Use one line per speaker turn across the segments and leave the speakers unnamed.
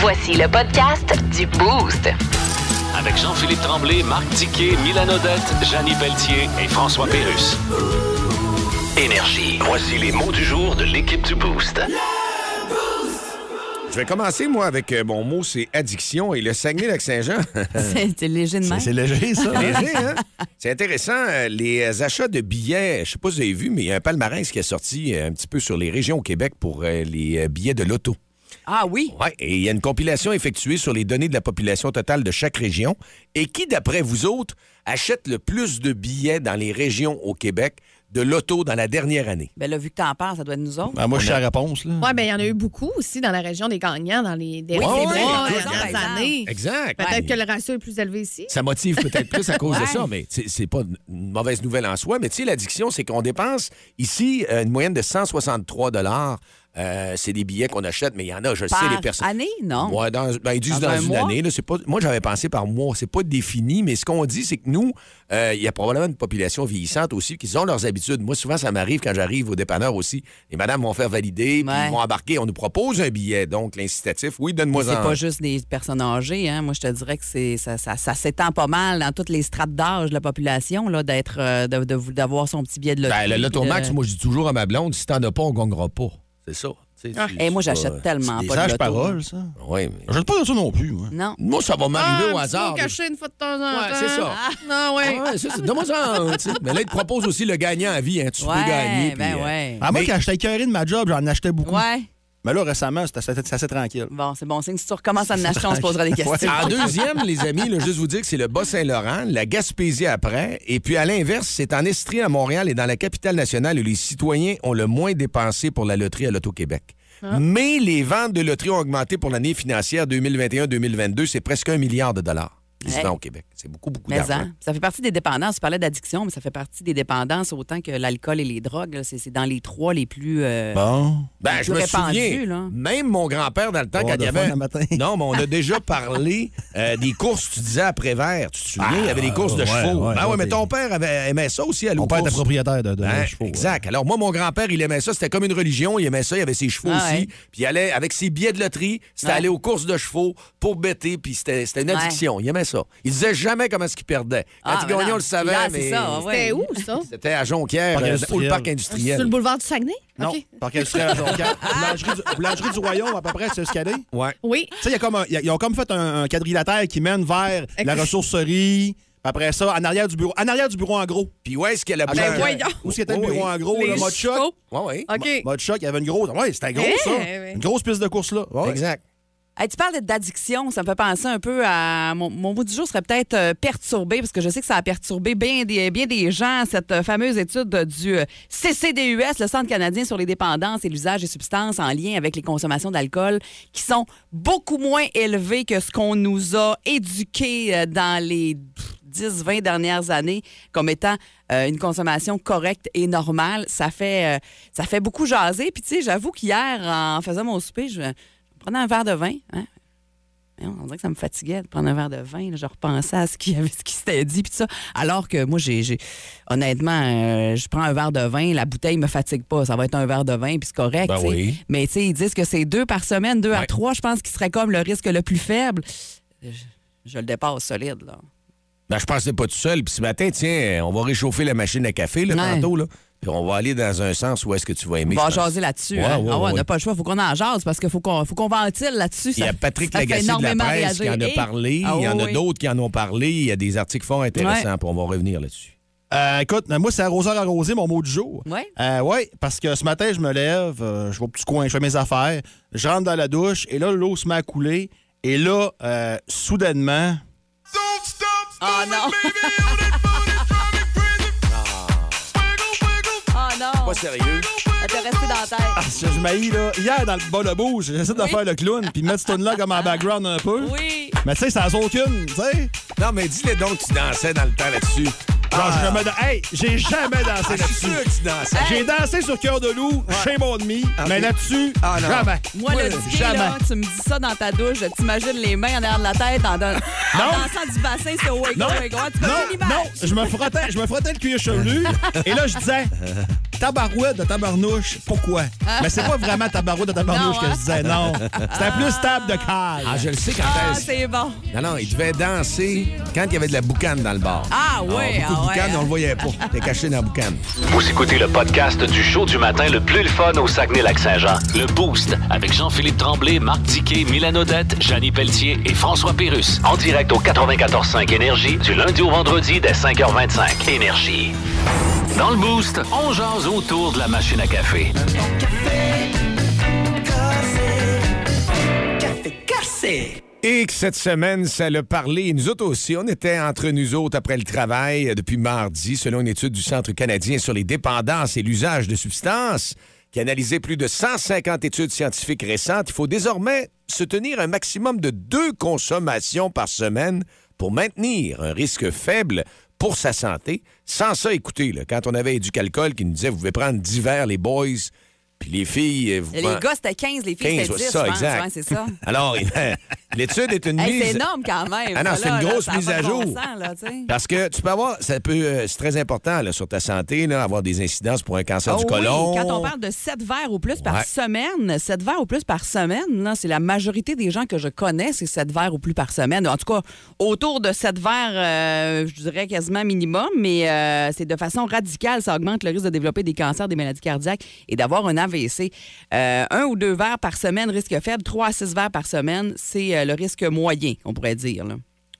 Voici le podcast du Boost.
Avec Jean-Philippe Tremblay, Marc Tiquet, Milan Odette, Janine Pelletier et François Pérus. Énergie. Voici les mots du jour de l'équipe du Boost.
Je vais commencer, moi, avec euh, mon mot, c'est addiction et le Saguenay-Lac-Saint-Jean.
C'est c'est léger de même.
C'est léger, ça.
Euh, Léger, hein? C'est intéressant. euh, Les achats de billets, je sais pas si vous avez vu, mais il y a un palmarès qui est sorti euh, un petit peu sur les régions au Québec pour euh, les euh, billets de l'auto.
Ah oui.
Ouais, et il y a une compilation effectuée sur les données de la population totale de chaque région. Et qui, d'après vous autres, achète le plus de billets dans les régions au Québec de l'auto dans la dernière année?
Ben là, vu que t'en parles, ça doit être nous autres.
Ben,
Ah, moi, je suis à la réponse. Là.
Oui, bien, ben, il y en a eu beaucoup aussi dans la région des gagnants dans les dernières
c'est
mois,
vrai.
les
Écoute,
dernières
regarde.
années.
Exact.
Peut-être que le ratio est plus élevé ici.
Ça motive peut-être plus à cause de
Ouais.
ça, mais c'est- c'est pas une- une mauvaise nouvelle en soi. Mais tu sais, l'addiction, c'est qu'on dépense ici euh, une moyenne de 163 dollars. Euh, c'est des billets qu'on achète, mais il y en a, je le sais,
Par
les personnes.
année, non?
Ouais, dans- ben, ils disent
Dans
dans,
un
une
mois?
année. là, c'est pas, moi, j'avais pensé par mois. C'est pas défini, mais ce qu'on dit, c'est que nous, euh, il y a probablement une population vieillissante aussi qui ont leurs habitudes. Moi, souvent, ça m'arrive quand j'arrive au dépanneur aussi. Les madames vont faire valider, puis
Ouais.
ils vont embarquer. On nous propose un billet, donc l'incitatif, oui, donne-moi
C'est
un.
pas juste des personnes âgées. Hein. Moi, je te dirais que c'est ça, ça- ça s'étend pas mal dans toutes les strates d'âge de la population là, d'être, euh, de- de- d'avoir son petit billet de loto.
Ben, le loto
puis de-
max, moi, je dis toujours à ma blonde, si t'en as pas, on gagnera pas. C'est ça. Tu sais, tu-
Eh, moi,
c'est
j'achète
pas-
tellement
Des
pas de
sages
loto.
paroles, ça.
Ouais, mais-
Je ne pas de ça non plus. moi.
Non.
Moi, ça va m'arriver
Ah,
au
un petit mot
hasard.
caché une fois de temps en temps.
Ouais, c'est ça.
Non, oui.
Ah ouais, ça, c'est- Donne-moi ça. hein, tu sais. Mais là, il te propose aussi le gagnant à vie. hein. Tu
Ouais,
peux gagner.
ben
puis, euh,
ouais.
Ah, moi, quand j'étais écœuré de ma job, j'en achetais beaucoup.
Ouais.
Mais là, récemment, c'était c'était- c'était assez tranquille.
Bon, c'est bon signe. Si tu recommences à en acheter, on se posera des questions.
En deuxième, les amis, là, juste vous dire que c'est le Bas-Saint-Laurent, la Gaspésie après. Et puis, à l'inverse, c'est en Estrie, à Montréal et dans la capitale nationale où les citoyens ont le moins dépensé pour la loterie à l'Auto-Québec.
Ah.
Mais les ventes de loterie ont augmenté pour l'année financière 2021-2022. C'est presque un milliard de dollars. Ici,
Hey.
au Québec. C'est beaucoup, beaucoup
Mais
d'argent.
hein, ça fait partie des dépendances. Tu parlais d'addiction, mais ça fait partie des dépendances autant que l'alcool et les drogues. là. C'est c'est dans les trois les plus. euh,
Bon.
Le
Ben, je
plus
me
répandu,
souviens,
là.
même mon grand-père, dans le temps,
Bon,
quand
de
il y avait...
fun le matin.
Non, mais on a déjà parlé euh, des courses, tu disais, après-vert. Tu te souviens, il y avait des courses de
ouais,
chevaux.
ouais,
ben
ouais,
oui, mais
t'es-
ton père avait, aimait ça aussi, à
Mon père était
propriétaire.
propriétaire de, de
Hein,
chevaux.
exact. Alors, moi, mon grand-père, il aimait ça. C'était comme une religion. Il aimait ça. Il avait ses chevaux
Ah,
aussi.
ouais.
Puis, il allait avec ses billets de loterie. C'était
Ouais.
aller aux courses de chevaux pour bêter. Puis, c'était c'était une
Ouais.
addiction. Il aimait ça. Il disait jamais comment est-ce qu'il perdait. Quand
Ah,
il
ben
gagnait,
non.
on le savait.
Là, c'est
mais
ça, ah ouais.
C'était où, ça?
C'était à Jonquière,
Parc
euh,
industriel.
ou le parc
Sur le
industriel.
boulevard du Saguenay?
Non,
OK.
parc industriel à Jonquière. Boulangerie du- Boulangerie du Royaume, à peu près, c'est ce qu'elle est.
Ouais.
Oui.
Tu sais, il y a comme un- il y a- ils ont comme fait un, un quadrilatère qui mène vers la ressourcerie. puis Après ça, en arrière du bureau. En arrière du bureau, en gros.
Puis, où est-ce qu'elle a
À
pris
Jonquière.
un-
voyons.
Où c'était le
Oh, Oui,
bureau, en gros, le mode choc?
chevaux.
Ouais, ouais.
OK.
Mode choc, il y avait une grosse. Ouais, c'était gros,
Eh,
ça.
ouais.
Une grosse piste de course, là. Ouais.
Exact.
Hey, tu parles d'addiction, ça me fait penser un peu à. Mon, mon mot du jour serait peut-être euh, perturbé, parce que je sais que ça a perturbé bien des, bien des gens, cette euh, fameuse étude euh, du euh, CCDUS, le Centre canadien sur les dépendances et l'usage des substances en lien avec les consommations d'alcool, qui sont beaucoup moins élevées que ce qu'on nous a éduqué euh, dans les 10-20 dernières années comme étant euh, une consommation correcte et normale. Ça fait, euh, ça fait beaucoup jaser. Puis, tu sais, j'avoue qu'hier, en faisant mon souper, je, je prenais un verre de vin. hein. Mais On dirait que ça me fatiguait de prendre un verre de vin. là. Je repensais à ce qui, avait- ce qui s'était dit. Puis tout ça. Alors que moi, j'ai, j'ai- honnêtement, euh, je prends un verre de vin, la bouteille me fatigue pas. Ça va être un verre de vin, puis c'est correct.
Ben
tu sais.
oui.
Mais tu sais, ils disent que c'est deux par semaine, deux à
Ouais.
trois, je pense, qui serait comme le risque le plus faible. Je, je le dépasse solide, là.
Ben, je pense que t'es pas tout seul. Puis ce matin, tiens, on va réchauffer la machine à café, là,
Ouais.
tantôt, là. Puis on va aller dans un sens où est-ce que tu vas aimer.
On va
je pense.
jaser là-dessus.
Ouais,
hein.
ouais,
Ah ouais,
ouais.
On n'a pas le choix. Il faut qu'on en jase parce qu'il faut qu'on faut qu'on ventile là-dessus.
Il y a
Ça-
Patrick
ça fait
Lagacé de la
énormément
presse qui en
réagir.
a
Et-
parlé.
Ah
il y en a
oui.
d'autres qui en ont parlé. Il y a des articles fort intéressants. Puis on va revenir là-dessus.
Euh, écoute, moi, c'est arroseur arrosé, mon mot du jour.
Ouais.
Euh, ouais, parce que ce matin, je me lève, euh, je vais au petit coin, je fais mes affaires, je rentre dans la douche, et là, l'eau se met à couler. Et là, euh, soudainement.
Oh non! Ah. Oh non!
sérieux.
Elle t'a resté dans la tête.
Je, Ah, je m'haïs, là. Hier, dans le bas de bouche, j'essaie de
Oui.
faire le clown, puis mettre ce tune là comme en background un peu.
Oui!
Mais tu sais, sans aucune, tu sais.
Non, mais dis-le donc, tu dansais dans le temps là-dessus.
Genre, j'ai jamais dan- Hey, j'ai jamais dansé
Ah, je suis
là-dessus.
sûr que tu dansais.
J'ai dansé sur Cœur de loup chez mon demi, mais là-dessus,
Ah, non.
jamais.
Moi, le ski,
jamais.
là, tu me dis ça dans ta douche, je t'imagine les mains en arrière de la tête en, dan- en
Non.
dansant du bassin sur Wego
Non,
Wego. Tu
non,
connais l'image?
non, je me frottais, je me frottais le cuir chevelu et là je disais tabarouette de tabarnouche. Pourquoi? Mais c'est pas vraiment tabarouette de tabarnouche
Non,
que
hein?
je disais, non. C'était plus table de caille.
Ah, je le sais quand
Ah,
est-ce-
c'est bon.
Non, non, il devait danser quand il y avait de la boucane dans le bar.
Ah, ouais,
beaucoup de
ah, ouais,
boucane,
hein.
on le voyait pas. Il était caché dans la boucane.
Vous écoutez le podcast du show du matin le plus le fun au Saguenay-Lac-Saint-Jean. Le Boost avec Jean-Philippe Tremblay, Marc Tiquet, Milan Odette, Janine Pelletier et François Pérus. En direct au 94.5 Énergie du lundi au vendredi dès 5h25. Énergie. Dans le Boost, on jase autour de la machine à café.
Et que cette semaine, ça l'a parlé. Et nous autres aussi, on était entre nous autres après le travail euh, depuis mardi, selon une étude du Centre canadien sur les dépendances et l'usage de substances, qui analysait plus de 150 études scientifiques récentes. Il faut désormais se tenir un maximum de deux consommations par semaine pour maintenir un risque faible pour sa santé. Sans ça, écoutez, là, quand on avait Éducalcool qui nous disait, vous pouvez prendre divers les boys, puis les filles... euh, Vous
Les
prenez-
gars, c'était 15, les filles,
15,
c'était
ouais,
10.
c'est ça,
je pense.
exact.
Ouais, c'est ça.
Alors, il- l'étude est une
Hey,
mise...
c'est énorme quand même.
Ah non,
ça,
c'est une
là, là,
grosse
ça a
mise
pas de
à
bon
jour.
sens, là, tu sais.
Parce que tu peux avoir, ça peut, euh, c'est très important là, sur ta santé, là, avoir des incidences pour un cancer du
Oh oui,
côlon.
Quand on parle de 7 verres ou plus par
Ouais.
semaine, 7 verres ou plus par semaine, là, c'est la majorité des gens que je connais, c'est 7 verres ou plus par semaine. En tout cas, autour de 7 verres, euh, je dirais quasiment minimum, mais euh, c'est de façon radicale. Ça augmente le risque de développer des cancers, des maladies cardiaques et d'avoir un AVC. Euh, un ou deux verres par semaine, risque faible. 3 à 6 verres par semaine, c'est euh, le risque moyen, on pourrait dire. là.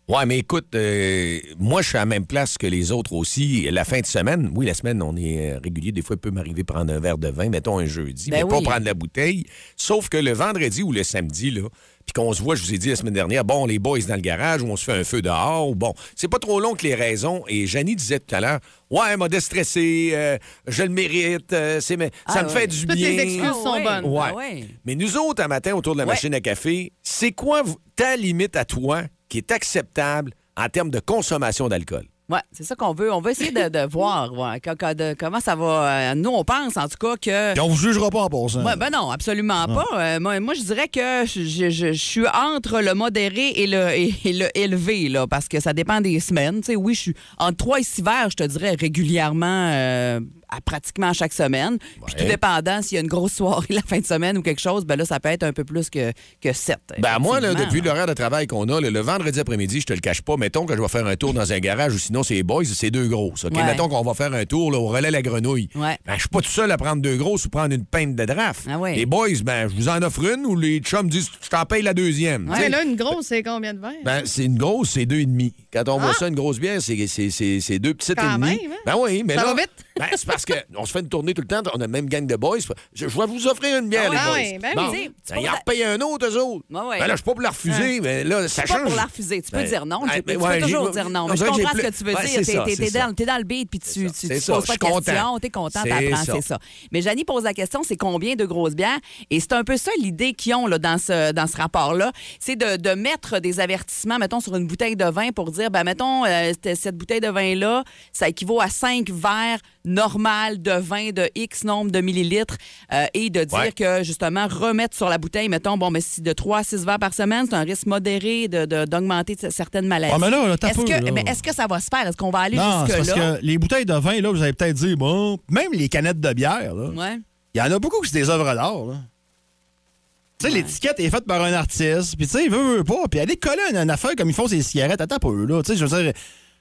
Ouais, mais écoute, euh, moi, je suis à la même place que les autres aussi. La fin de semaine, oui, la semaine, on est euh, régulier. Des fois, il peut m'arriver prendre un verre de vin, mettons un jeudi,
Ben
mais pas
oui.
prendre la bouteille. Sauf que le vendredi ou le samedi, là, puis qu'on se voit, je vous ai dit la semaine dernière, bon, les boys dans le garage, ou on se fait un feu dehors, ou bon, c'est pas trop long que les raisons. Et Janie disait tout à l'heure, ouais, elle m'a déstressé, euh, je le mérite, euh, c'est, mais, ça
Ah
me
ouais.
fait du
Toutes
bien.
les excuses sont
ouais.
bonnes.
Ouais.
Ah ouais.
Mais nous autres, à matin, autour de la
Ouais.
machine à café, c'est quoi v- ta limite à toi qui est acceptable en termes de consommation d'alcool?
Oui, c'est ça qu'on veut. On veut essayer de, de voir ouais, co- co- de- comment ça va. euh, Nous, on pense en tout cas que.
Et on vous jugera pas en passant.
Ouais, ben non, absolument pas. Euh, moi, moi, je dirais que je, je- je- je suis entre le modéré et le, et, et le élevé, là, parce que ça dépend des semaines. Tu sais, oui, je suis entre 3 et 6 verres, je te dirais, régulièrement, euh, à pratiquement chaque semaine. Puis tout dépendant s'il y a une grosse soirée la fin de semaine ou quelque chose, ben là, ça peut être un peu plus que, que 7.
Ben moi, là, depuis l'horaire de travail qu'on a, le, le vendredi après-midi, je te le cache pas, mettons que je vais faire un tour dans un garage ou sinon c'est les boys, c'est deux grosses. OK?
Ouais.
Mettons qu'on va faire un tour là, au relais La Grenouille.
Ouais.
Ben, je suis pas tout seul à prendre deux grosses ou prendre une pinte de draft.
Ah ouais.
Les boys, ben je vous en offre une ou les chums disent je t'en paye la deuxième.
Ouais.
Tu sais,
Mais là, une grosse, c'est combien de verres?
Ben, c'est une grosse, c'est deux et demi. Quand on
Ah!
voit ça, une grosse bière, c'est, c'est, c'est, c'est deux petites
Quand
et demie.
même, hein?
Ben oui, mais
Ça
là,
va vite.
ben, c'est parce qu'on se fait une tournée tout le temps. On a même gang de boys. Je, je vais vous offrir une bière,
Ah
les
ouais,
boys.
ben
bon,
oui,
tu sais, tu
ben, ils
pourrais-
en payent un autre, eux autres.
Ben ouais. Hein.
Ben là, je suis pas pour la refuser, mais là, ça
Ben, pas
change.
pour la refuser. Tu peux
Ben,
dire non.
ben,
tu peux, tu
ouais,
peux
j'ai-
toujours dire non.
on
Mais je
dirait que j'ai
comprends ce
plus-
que tu veux
Ouais, c'est ça,
dire. T'es-
c'est
T'es
ça.
dans, t'es dans le beat, puis tu,
ça,
tu,
c'est
tu
ça,
poses
je
pas
suis
de
content.
questions. T'es content,
C'est
t'apprends,
ça.
c'est ça. Mais Janie pose la question, c'est combien de grosses bières? Et c'est un peu ça l'idée qu'ils ont là, dans ce, dans ce rapport-là. C'est de, de mettre des avertissements, mettons, sur une bouteille de vin pour dire, ben mettons, euh, cette- cette bouteille de vin-là, ça équivaut à 5 verres normal de vin de X nombre de millilitres euh, et de dire
Ouais.
que, justement, remettre sur la bouteille, mettons, bon, mais si de 3 à 6 verres par semaine, c'est un risque modéré de- de- d'augmenter de, certaines maladies.
Ouais, mais là, là, t'as
Est-ce
peu,
que,
là.
mais est-ce que ça va se faire? Est-ce qu'on va aller
Non, c'est parce
jusque-là?
que les bouteilles de vin, là, vous allez peut-être dire, bon, même les canettes de bière, là, il
Ouais.
y en a beaucoup qui sont des œuvres d'art. là. Tu sais, l'étiquette est faite par un artiste, puis tu sais, il veut, veut pas, puis aller coller une, une affaire comme ils font ces cigarettes, attends pas eux, là. Tu sais, je veux dire,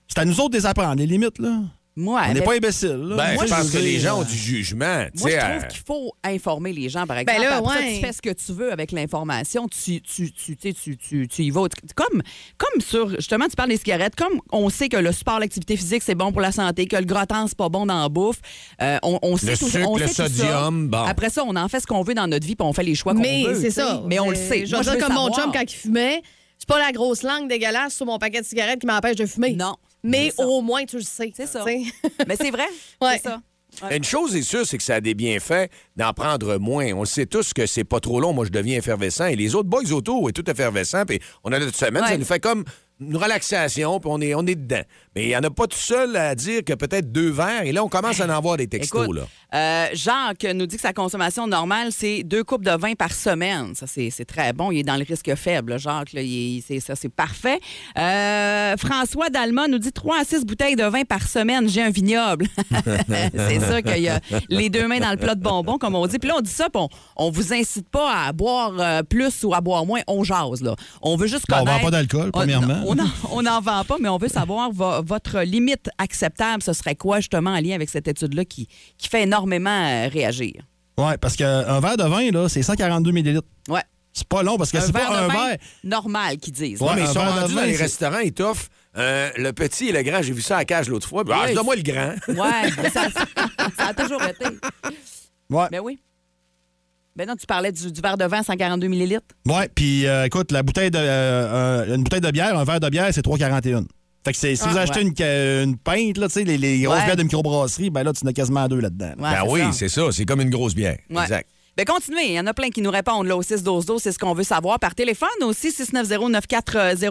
c'est à nous autres de les apprendre, les limites, là.
Moi,
On n'est
ben,
pas imbéciles, là.
Ben,
Moi,
je pense
veux
que les
dire,
gens ont du jugement.
euh,
tu
moi, je
sais,
trouve
euh,
qu'il faut informer les gens, par
Ben
exemple.
là,
Après ça,
ouais.
tu fais ce que tu veux avec l'information. Tu, tu, tu, tu, sais, tu, tu- tu y vas. Comme, comme sur, justement, tu parles des cigarettes, comme on sait que le sport, l'activité physique, c'est bon pour la santé, que le grottant, c'est pas bon dans la bouffe, euh, on, on sait
Le
tout
sucre,
on
le
sait tout ça.
sodium, bon.
Après ça, on en fait ce qu'on veut dans notre vie, puis on fait les choix qu'on veut.
Mais
tu
c'est
sais.
ça.
Mais on le
Euh,
sait.
Je veux
Moi,
dire,
veux
comme mon
savoir.
chum, quand il fumait, c'est pas la grosse langue dégueulasse sur mon paquet de cigarettes qui m'empêche de fumer.
Non.
Mais
C'est ça.
au moins, tu le sais.
C'est ça.
tu sais.
Mais c'est vrai.
Ouais.
C'est ça.
Mais Une chose est sûre, c'est que ça a des bienfaits d'en prendre moins. On le sait tous que c'est pas trop long. Moi, je deviens effervescent et les autres boys autour est tout effervescent. Puis on a notre semaine,
Ouais.
ça nous fait comme une relaxation, puis on est, on est dedans. Mais il n'y en a pas tout seul à dire que peut-être deux verres, et là, on commence à en avoir des textos.
Écoute,
là.
euh, Jacques nous dit que sa consommation normale, c'est deux coupes de vin par semaine. Ça, c'est c'est très bon. Il est dans le risque faible, là, Jacques. Là, Il est- c'est- ça, c'est parfait. Euh, François Dalma nous dit 3 à 6 bouteilles de vin par semaine. J'ai un vignoble. c'est sûr qu'il y a les deux mains dans le plat de bonbons, comme on dit. Puis là, on dit ça, puis on, on vous incite pas à boire euh, plus ou à boire moins. On jase, là. On veut juste
Bon, Ben, on
connaître...
vend pas d'alcool,
On-
premièrement.
on en- on n'en vend pas, mais on veut savoir vo- votre limite acceptable. Ce serait quoi, justement, en lien avec cette étude-là qui, qui fait énormément euh, réagir?
Oui, parce qu'un verre de vin, là, c'est 142 millilitres.
Ouais.
C'est pas long parce que c'est pas
de
un
vin
verre.
normal qu'ils disent.
Ouais,
Ouais, mais ils
un
sont
verre de
rendus
vin,
dans les
c'est-
restaurants, ils t'offrent euh, le petit et le grand. J'ai vu ça à la cage l'autre fois. Ah,
Oui.
donne-moi le grand.
Ouais, mais ça, ça a toujours été.
Ouais.
Ben oui. Ben non, tu parlais du, du verre de vin 142 millilitres.
Ouais, puis euh, écoute, la bouteille de, euh, euh, une bouteille de bière, un verre de bière, c'est 3,41. Fait que c'est- si vous
Ah,
achetez
ouais.
une, ca- une pinte, là, tu sais, les, les grosses
Ouais.
bières de microbrasserie, ben là, tu en as quasiment deux là-dedans.
Ouais,
ben
c'est
oui,
ça.
c'est ça. C'est comme une grosse bière.
Ouais.
Exact.
Ben continuez, il y en a plein qui nous répondent là au 6 12 12, c'est ce qu'on veut savoir par téléphone aussi 690 9400.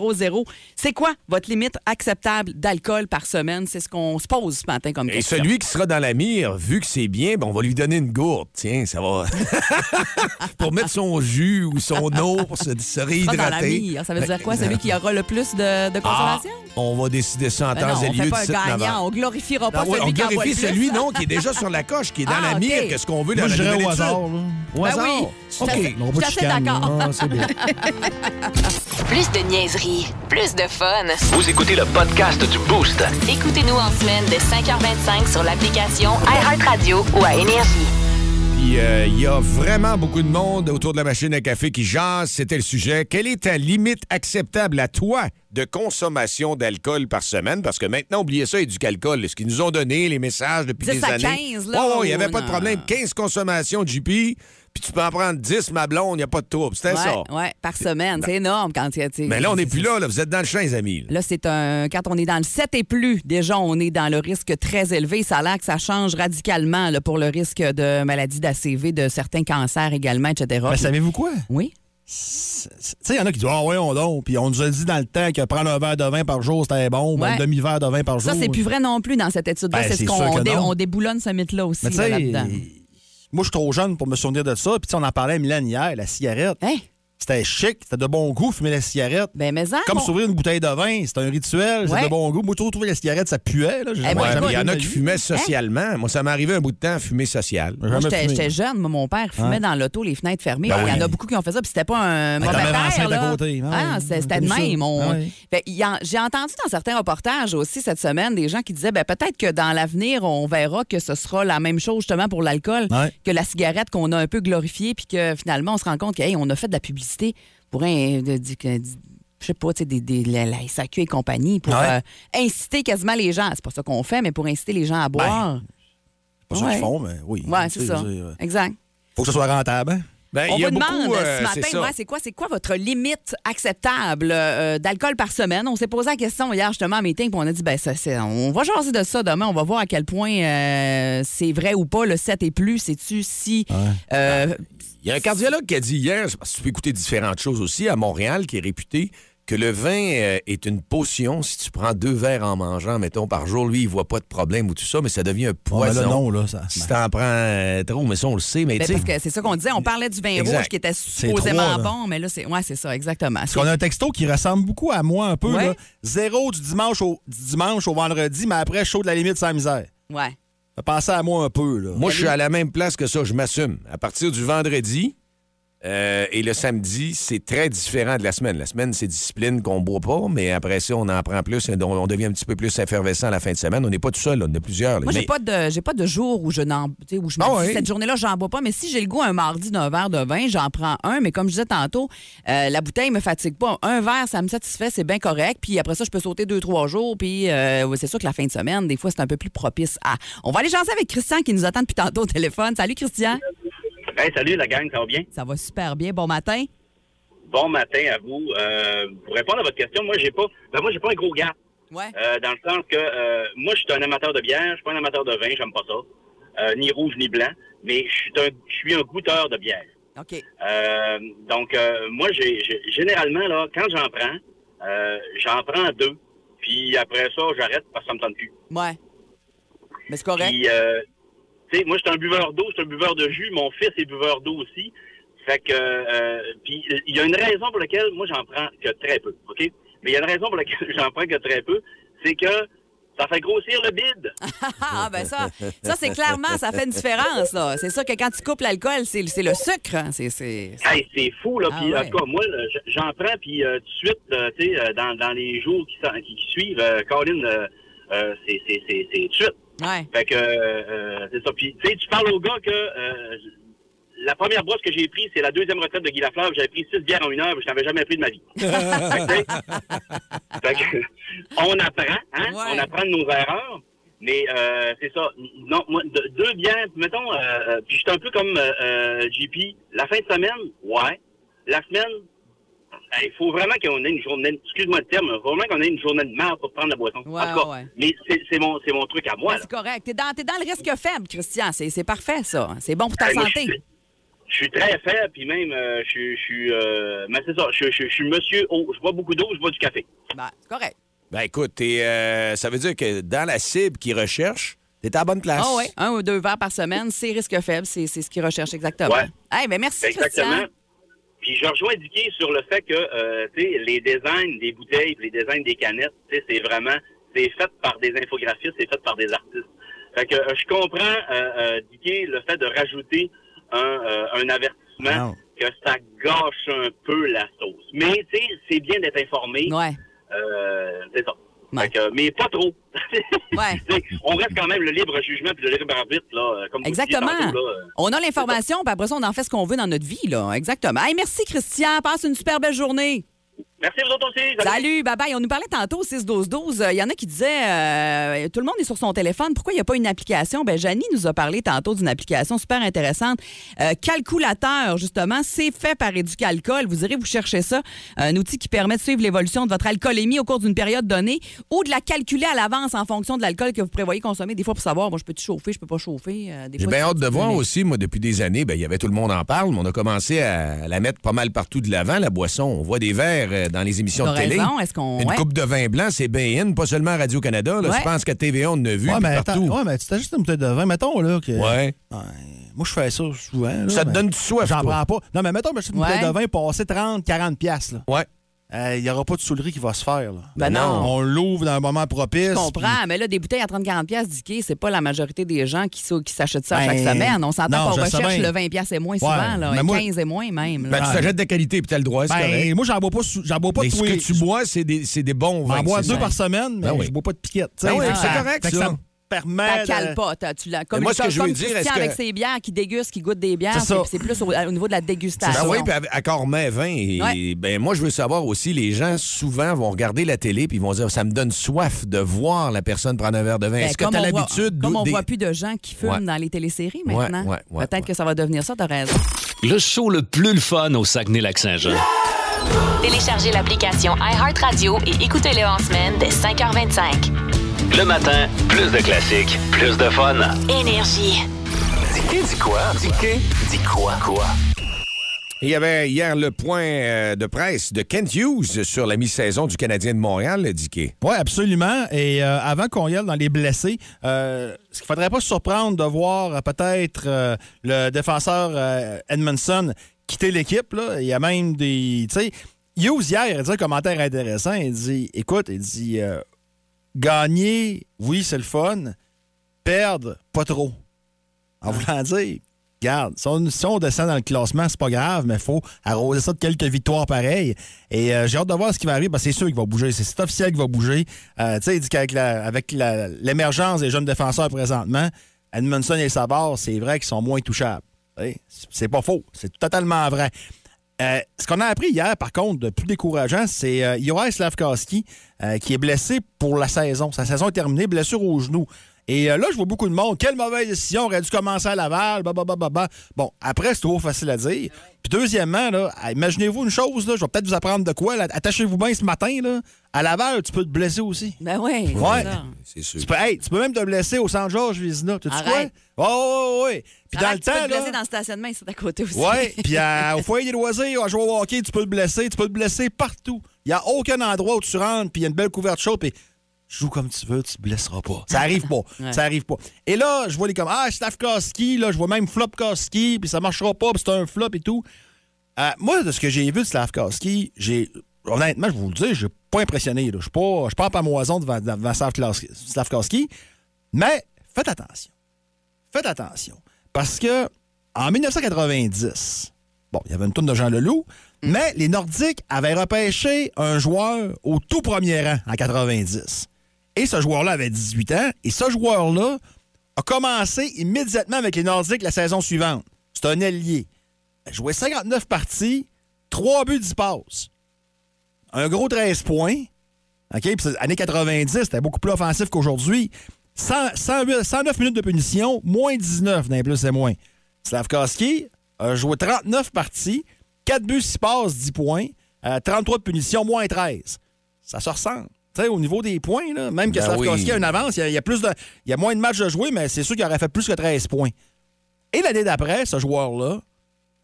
C'est quoi votre limite acceptable d'alcool par semaine C'est ce qu'on se pose ce matin comme
Et
question.
celui qui sera dans la mire, vu que c'est bien, ben on va lui donner une gourde. Tiens, ça va. pour mettre son jus ou son eau pour se, se
Pas
réhydrater. euh,
dans la mire, ça veut dire quoi Celui qui aura le plus de, de
Ben, Ah,
consommation
on va décider ça en
Ben
temps
non,
et
on fait
lieu
pas un
d'ici novembre.
gagnant, on glorifiera pas
Ah ouais,
celui
on
qui en voit le
glorifie
plus.
celui non qui est déjà sur la coche, qui est dans
Ah,
la
OK.
mire, qu'est-ce qu'on veut dans
Moi,
la
je dirais
nouvelle
au
étude.
hasard. là.
Au
Ben
hasard.
oui, je
OK.
suis
On va pas
assez
te chicaner.
d'accord.
Ah, c'est bien.
Plus de niaiserie, plus de fun.
Vous écoutez le podcast du Boost.
Écoutez-nous en semaine de 5h25 sur l'application iHeartRadio ou à Énergie.
Puis euh, il y a vraiment beaucoup de monde autour de la machine à café qui jase. C'était le sujet. Quelle est ta limite acceptable à toi de consommation d'alcool par semaine? Parce que maintenant, oubliez ça, éduque-alcool. Ce qu'ils nous ont donné, les messages depuis
10
des
à
années.
15, là,
Ouais, ouais, il n'y
ou
avait pas de
non?
problème. 15 consommations, JP. Puis tu peux en prendre 10, ma blonde, il n'y a pas de trouble. C'était ça. ben
Ouais, ouais, par semaine, c'est énorme quand il y a tu sais-
Mais là, on n'est plus là, là. Vous êtes dans le champ, les amis. là.
Là, c'est un. Quand on est dans le 7 et plus, déjà, on est dans le risque très élevé. Ça a l'air que ça change radicalement là, pour le risque de maladies d'ACV, de certains cancers également, etc.
Ben, savez-vous quoi?
Oui.
Tu sais, il y en a qui disent Ah, ouais, on donne. Puis on nous a dit dans le temps que prendre un verre de vin par jour, c'était bon. Ben,
Ouais.
un demi-verre de vin par jour.
Ça, c'est plus vrai non plus dans cette étude-là.
Ben,
c'est ce
c'est sûr
qu'on
que
dé-
non.
on déboulonne ce mythe-là aussi
Mais tu
là,
sais,
là-dedans.
moi, je suis trop jeune pour me souvenir de ça. Puis tu sais, on en parlait à Milan hier, la cigarette.
Hein?
C'était chic, c'était de bon goût, fumer la cigarette.
Ben, mais en,
Comme
on-
s'ouvrir une bouteille de vin, c'était un rituel,
Ouais.
c'était de bon goût. Moi, je trouve que la cigarette, ça puait. Là.
Eh
J'ai
ben,
jamais-
Ouais,
j'ai
jamais
mais il y
aimé
en a
ma
qui
vie.
fumaient socialement. Moi, ça m'arrivait un bout de temps, fumer social.
J'ai
Moi,
jamais
j'étais
fumé.
j'étais jeune, mais mon père fumait dans l'auto, les fenêtres fermées.
Ben
Il y
oui.
en a beaucoup qui ont fait ça, puis c'était pas un
Avec
mauvais
la même
père.
enceinte à
là.
côté. Ben
Ah,
oui,
c'était-
on
c'était
connaît
de
ça.
même. on-
Ben oui.
Fait, il y en- J'ai entendu dans certains reportages aussi cette semaine des gens qui disaient ben, peut-être que dans l'avenir, on verra que ce sera la même chose justement pour l'alcool
Ouais.
que la cigarette qu'on a un peu glorifiée, puis que finalement, on se rend compte qu'on a fait de la publicité pour un. de- du- que- du- je sais pas, tu sais, des, des- la, la SAQ et compagnie, pour
Ouais.
euh, inciter quasiment les gens. C'est pas ça qu'on fait, mais pour inciter les gens à boire.
Ben, Pas ça
Ouais.
qu'ils font, mais oui.
ouais,
Tu
c'est
sais,
ça.
je veux dire, euh,
Exact.
Faut que ce soit rentable. hein.
Ben,
On
il y a
vous demande
beaucoup, euh,
ce
c'est
matin,
ça.
ouais, c'est quoi, c'est quoi votre limite acceptable euh, d'alcool par semaine? On s'est posé la question hier justement en meeting, puis on a dit ben ça, c'est- on va jaser de ça demain, on va voir à quel point euh, c'est vrai ou pas le 7 et plus, sais-tu si
Ah,
euh,
Ah, Il y a un cardiologue qui a dit hier, c'est parce que tu peux écouter différentes choses aussi, à Montréal, qui est réputé, que le vin euh, est une potion. Si tu prends deux verres en mangeant, mettons, par jour, lui, il voit pas de problème ou tout ça, mais ça devient un
Bon, ben
poison.
là, non, là, ça.
Si t'en prends euh, trop, mais ça, on le sait, mais
ben,
tu sais.
parce que c'est ça qu'on disait, on parlait du vin
Exact.
rouge qui était
C'est
supposément
trois, là.
bon, mais là c'est ouais, c'est ça exactement.
Parce qu'on a un texto qui ressemble beaucoup à moi un peu.
Ouais.
Là. Zéro du dimanche au du dimanche au vendredi, mais après, chaud de la limite sans misère.
Ouais.
Pensez à moi un peu. Là.
Moi, je suis à la même place que ça, je m'assume. À partir du vendredi euh, et le samedi, c'est très différent de la semaine. La semaine, c'est discipline qu'on boit pas, mais après ça, on en prend plus, on, on devient un petit peu plus effervescent à la fin de semaine. On n'est pas tout seul, là, on en a plusieurs. là.
Moi, j'ai
Mais-
pas de j'ai pas de jour où je n'en tu sais, où je me
Ah
dis,
ouais.
cette journée-là j'en bois pas mais si j'ai le goût un mardi d'un verre de vin, j'en prends un mais comme je disais tantôt, euh, la bouteille me fatigue pas. Un verre ça me satisfait, c'est bien correct, puis après ça je peux sauter deux trois jours puis euh, ouais, c'est sûr que la fin de semaine des fois c'est un peu plus propice à. On va aller jaser avec Christian qui nous attend depuis tantôt au téléphone. Salut Christian.
Hey, salut la gang, ça va bien?
Ça va super bien. Bon matin.
Bon matin à vous. Euh, pour répondre à votre question, moi j'ai pas ben, moi j'ai pas un gros gap.
Ouais.
Euh, dans le sens que euh, moi je suis un amateur de bière, je suis pas un amateur de vin, j'aime pas ça. Euh, ni rouge ni blanc, mais je suis un je suis un goûteur de bière.
OK.
Euh, donc, euh, moi, j'ai j'ai- généralement, là, quand j'en prends, Euh, J'en prends deux. Puis après ça, j'arrête parce que ça me tente plus.
Ouais. Mais c'est correct.
Puis, euh, tu sais, moi, je suis un buveur d'eau, je suis un buveur de jus. Mon fils est buveur d'eau aussi. Fait que, euh, puis, il y a une raison pour laquelle moi, j'en prends que très peu, OK? Mais il y a une raison pour laquelle j'en prends que très peu, c'est que ça fait grossir le bide.
Ah, ben ça, ça c'est clairement, ça fait une différence, là. C'est sûr que quand tu coupes l'alcool, c'est c'est le sucre. hein. C'est- C'est.
Hey, c'est fou, là.
Ah
puis, en
ouais.
tout cas, moi, là, j- j'en prends, puis euh, tout de suite, euh, tu sais, euh, dans, dans les jours qui, s'en- qui suivent, euh, Colin, euh, euh, c'est c'est- c'est- c'est tout de suite.
Ouais.
Fait que, euh, euh, c'est ça. Puis, tu sais, tu parles au gars que euh, la première brosse que j'ai prise, c'est la deuxième retraite de Guy Lafleur. J'avais pris six bières en une heure, puis je n'avais jamais pris de ma vie. fait que, tu sais, fait que, on apprend, hein?
Ouais.
On apprend de nos erreurs. Mais euh, c'est ça. Non, moi, de- deux bières, mettons, euh, euh, puis j'étais un peu comme euh, euh, JP. La fin de semaine, ouais. La semaine, il faut vraiment qu'on ait une journée, excuse-moi le terme, faut vraiment qu'on ait une journée de merde pour prendre la boisson.
Ouais,
en tout cas,
ouais.
mais c'est c'est mon, c'est mon truc à moi.
Ben,
là.
C'est correct. T'es dans, t'es dans le risque faible, Christian. C'est c'est parfait, ça. C'est bon pour ta
Hey, Ben, moi,
santé.
je suis- Je suis très faible, puis même, euh, je suis- je suis. euh, mais c'est ça, je, je- je suis monsieur eau. Je bois beaucoup d'eau, je bois du café.
Ben, c'est correct.
Ben écoute, t'es, euh, ça veut dire que dans la cible qu'ils recherchent, t'es à la bonne place.
Ah oui, un ou deux verres par semaine, c'est risque faible, c'est c'est ce qu'ils recherchent exactement.
Ouais.
Hey, ben merci,
Exactement.
Christian.
Puis je rejoins Dicky sur le fait que, euh, tu sais, les designs des bouteilles, puis les designs des canettes, tu sais, c'est vraiment. C'est fait par des infographistes, c'est fait par des artistes. Fait que euh, je comprends, euh, euh, Dicky, le fait de rajouter un, euh, un avertissement,
Ah.
Non.
que ça gâche un peu la sauce. Mais, tu sais, c'est bien d'être informé.
Ouais.
Euh, c'est ça.
Ouais.
Fait que, mais pas trop.
Ouais.
Tu sais, On reste quand même le libre jugement puis le libre arbitre, là, euh, comme vous disiez
Exactement.
tantôt, là, euh.
On a l'information, puis après ça, on en fait ce qu'on veut dans notre vie, là. Exactement. Hey, merci, Christian. Passe une super belle journée.
Merci vous autres aussi. Salut.
Salut, bye bye. On nous parlait tantôt au 6-12-12. Euh, Il y en a qui disaient euh, tout le monde est sur son téléphone. Pourquoi il n'y a pas une application? Ben, Janie nous a parlé tantôt d'une application super intéressante. Euh, calculateur, justement, c'est fait par Éducalcool. Vous irez vous chercher ça. Un outil qui permet de suivre l'évolution de votre alcoolémie au cours d'une période donnée ou de la calculer à l'avance en fonction de l'alcool que vous prévoyez consommer. Des fois, pour savoir, moi, je peux-tu chauffer, je peux pas chauffer. Euh, des
J'ai
fois,
bien
tu-
hâte de
tu
voir
mets-
aussi, moi, depuis des années, ben, il y avait tout le monde en parle, mais on a commencé à la mettre pas mal partout de l'avant, la boisson. On voit des verres euh, dans les émissions
T'as
de télé.
raison, est-ce qu'on-
Une
ouais.
coupe de vin blanc, c'est bien in, pas seulement à Radio-Canada. là.
Ouais.
Je pense qu'à TVA, on en a vu
Ouais,
puis
mais attends,
partout.
ouais, mais tu t'ajoutes une bouteille de vin, mettons, là. Que,
Ouais.
Ouais, moi, je fais ça souvent. là, ben,
Ça te
mais
donne du soif,
J'en
toi.
prends pas. Non, mais mettons, je m'achète une
Ouais.
bouteille de vin, passer 30, 40 piastres, là.
Ouais.
Euh, Il n'y aura pas de soulerie qui va se faire, là.
Ben non.
On l'ouvre dans un moment propice.
Je comprends, mais là, des bouteilles à 30-40 piastres d'Ikea, c'est pas la majorité des gens qui, sa- qui s'achètent ça à
Ben,
chaque semaine. On s'entend
non,
qu'on
je sais
recherche
bien.
le 20 piastres et moins
Ouais,
souvent, là,
mais
et
moi-
15 et moins même. là.
Ben, tu t'achètes de qualité, puis t'as le droit, c'est
Ben,
correct.
moi, j'en bois pas, sou- j'en bois pas
Mais
tous
ce
les-
que tu bois, c'est des, c'est des bons vins.
J'en bois
c'est
deux
ça.
par semaine, mais
Ben oui.
je bois pas de piquette. tu sais.
Ben oui,
Fait
c'est
que
correct,
fait que
ça.
me permet.
T'as
de-
cale pas. t'as- tu l'as- comme
moi, ce que je veux
comme
dire,
Christian
est-ce que-
avec ses bières qui dégustent, qui goûtent des bières,
C'est ça.
c'est c'est plus au, au niveau de la dégustation.
Ben oui, puis à Cormet 20, et,
Ouais.
ben moi, je veux savoir aussi, les gens souvent vont regarder la télé puis ils vont dire, ça me donne soif de voir la personne prendre un verre de vin.
Ben,
Est-ce que
comme
tu as
on voit-
l'habitude
Comme
d'où-
on
des-
voit plus de gens qui fument
Ouais.
dans les téléséries
Ouais,
maintenant.
ouais, ouais,
Peut-être
ouais.
que ça va devenir ça, t'as raison.
Le show le plus le fun au Saguenay-Lac-Saint-Jean.
Téléchargez l'application iHeartRadio et écoutez-le en semaine dès 5h25.
Le matin, plus de classiques, plus de fun.
Énergie.
Dis quoi? Dis Dis quoi? Quoi?
Il y avait hier le point euh, de presse de Kent Hughes sur la mi-saison du Canadien de Montréal, Dicky.
Oui, absolument. Et euh, avant qu'on y aille dans les blessés, euh, ce qu'il faudrait pas se surprendre de voir euh, peut-être euh, le défenseur euh, Edmondson quitter l'équipe. là. Il y a même des. Tu sais, Hughes hier, il a dit un commentaire intéressant. Il dit Écoute, il dit euh, Gagner, oui, c'est le fun. Perdre, pas trop. En voulant dire. Regarde, si on, si on descend dans le classement, c'est pas grave, mais il faut arroser ça de quelques victoires pareilles. Et euh, j'ai hâte de voir ce qui va arriver. parce que c'est sûr qu'il va bouger. C'est cet officiel qui va bouger. Euh, tu sais, il dit qu'avec la- avec la- l'émergence des jeunes défenseurs présentement, Edmondson et Savard, c'est vrai qu'ils sont moins touchables. Tu sais, C'est c'est pas faux. C'est totalement vrai. Euh, ce qu'on a appris hier, par contre, de plus décourageant, c'est euh, Yoaï Slavkowski euh, qui est blessé pour la saison. Sa saison est terminée, blessure au genou. Et euh, là, je vois beaucoup de monde. Quelle mauvaise décision, aurait dû commencer à Laval, bah, bah, bah, bah, bah. Bon, après, c'est trop facile à dire. Puis deuxièmement, là, euh, imaginez-vous une chose, là, je vais peut-être vous apprendre de quoi. là. Attachez-vous bien ce matin. Là, à Laval, tu peux te blesser aussi.
Ben oui. c'est
Ouais.
ça.
C'est sûr.
Tu peux, hey, tu peux même te blesser au Saint-Georges Vizina. Tu sais quoi?
Arrête.
Oh, ouais, ouais. Puis dans
Arrête,
le
tu peux
temps,
te blesser
là,
dans le stationnement, c'est à côté aussi.
oui, puis à- au foyer des loisirs, à jouer au hockey, tu peux le blesser, tu peux le blesser partout. Il n'y a aucun endroit où tu rentres, puis il y a une belle couverture chaude, puis joue comme tu veux, tu te blesseras pas. Ça arrive pas.
Ouais.
Ça arrive pas. Et là, je vois les comme Ah, Slavkowski, là, je vois même Flopkowski, puis ça marchera pas, puis c'est un flop et tout. Euh, moi, de ce que j'ai vu de Slavkowski, j'ai. Honnêtement, je vous le dis, je suis pas impressionné. là. Je ne suis pas je suis pas en pamoison devant, devant Slavkowski- Slavkowski. Mais faites attention. Faites attention. Parce que en 1990, bon, il y avait une tourne de Jean Leloup, mais les Nordiques avaient repêché un joueur au tout premier rang en 90. Et ce joueur-là avait 18 ans. Et ce joueur-là a commencé immédiatement avec les Nordiques la saison suivante. C'est un ailier. Il a joué 59 parties, 3 buts, 10 passes. Un gros 13 points. OK? Puis c'est- années 90, c'était beaucoup plus offensif qu'aujourd'hui. 100 108 109 minutes de punition, moins 19 dans les plus et moins. Slavkowski a joué 39 parties, 4 buts, 6 passes, 10 points, euh, 33 de punition, moins 13. Ça se ressemble. Tu sais, au niveau des points, là, même que
Ben
Slavkowski
oui.
a une avance, il y a, il y a plus de, il y a moins de matchs de jouer, mais c'est sûr qu'il aurait fait plus que 13 points. Et l'année d'après, ce joueur-là,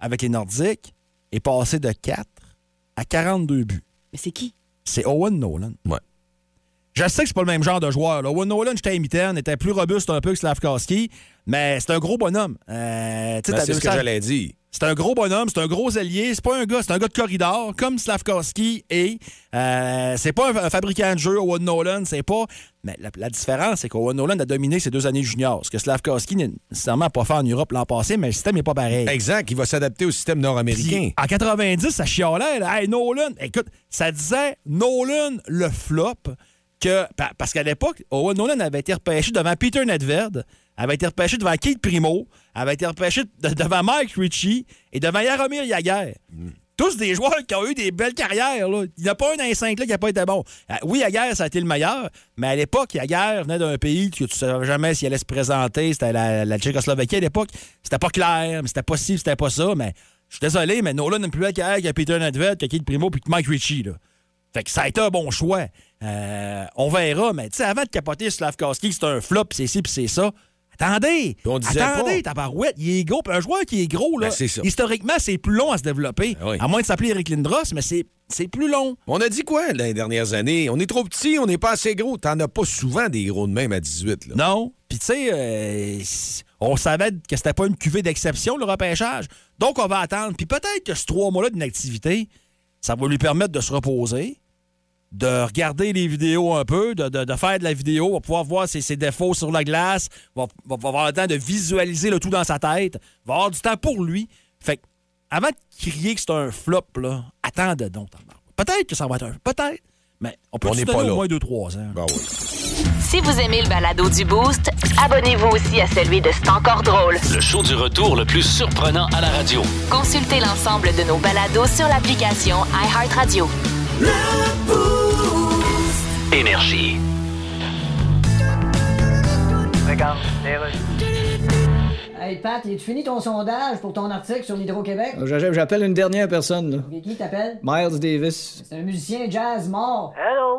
avec les Nordiques, est passé de 4 à 42 buts
Mais c'est qui?
c'est Owen Nolan.
Ouais.
Je sais que c'est pas le même genre de joueur. là. Owen Nolan, j'étais imitaine, était plus robuste un peu que Slavkowski, mais c'est un gros bonhomme. Euh, tu sais,
Ben,
t'as
c'est ce que
200
j'allais dire.
c'est un gros bonhomme, c'est un gros allié, c'est pas un gars, c'est un gars de corridor, comme Slavkowski et c'est pas un, un fabricant de jeu, Owen Nolan, c'est pas. Mais la, la différence, c'est qu'Owen Nolan a dominé ses deux années juniors, ce que Slavkowski n'est nécessairement pas fait en Europe l'an passé, mais le système n'est pas pareil.
Exact, il va s'adapter au système
Puis,
nord-américain.
En 90, ça chialait. Là. Hey, Nolan, écoute, ça disait Nolan le flop. Que, pa- parce qu'à l'époque, Owen Nolan avait été repêché devant Peter Nedved, avait été repêché devant Keith Primo, avait été repêché de- devant Mike Ritchie et devant Yaromir Yaguer. Tous des joueurs qui ont eu des belles carrières. là. Il n'y a pas un dans les cinq là qui n'a pas été bon. Euh, Oui, Yaguer, ça a été le meilleur, mais à l'époque, Yaguer venait d'un pays que tu ne savais jamais s'il allait se présenter. C'était la, la Tchécoslovaquie à l'époque. C'était pas clair, mais c'était pas ci, c'était pas ça. Mais je suis désolé, mais Nolan n'a plus belle carrière que Peter Nedved, que Keith Primo, puis que Mike Ritchie. Là. Fait que ça a été un bon choix. Euh, on verra, mais tu sais, avant de capoter sur Slavkowski, que c'est un flop, puis c'est ci, puis c'est ça. Attendez!
Puis on disait
attendez,
pas.
tabarouette, il est gros. Puis un joueur qui est gros, là,
Ben, c'est ça.
historiquement, c'est plus long à se développer.
Ben oui.
À moins de s'appeler Eric Lindros, mais c'est c'est plus long.
On a dit quoi dans les dernières années? On est trop petit, on n'est pas assez gros. T'en as pas souvent des gros de même à 18. Là.
Non. Puis tu sais, euh, on savait que c'était pas une cuvée d'exception, le repêchage. Donc on va attendre. Puis peut-être que ce trois mois-là d'inactivité, ça va lui permettre de se reposer, de regarder les vidéos un peu, de, de- de faire de la vidéo, va pouvoir voir ses, ses défauts sur la glace, va, va- va avoir le temps de visualiser le tout dans sa tête, va avoir du temps pour lui. Fait que, avant de crier que c'est un flop, là, attendez donc. tabarnak. Peut-être que ça va être un... Peut-être. Mais on peut
On
se
n'est
donner
pas là.
au moins 2-3 ans.
Ben oui.
Si vous aimez le balado du Boost, abonnez-vous aussi à celui de C'est encore drôle.
Le show du retour le plus surprenant à la radio.
Consultez l'ensemble de nos balados sur l'application iHeartRadio.
Énergie.
Hey Pat, tu finis ton sondage pour ton article sur l'Hydro-Québec?
J'appelle Euh, j'appelle une dernière personne, là.
Qui t'appelle?
Miles Davis.
C'est un musicien jazz mort.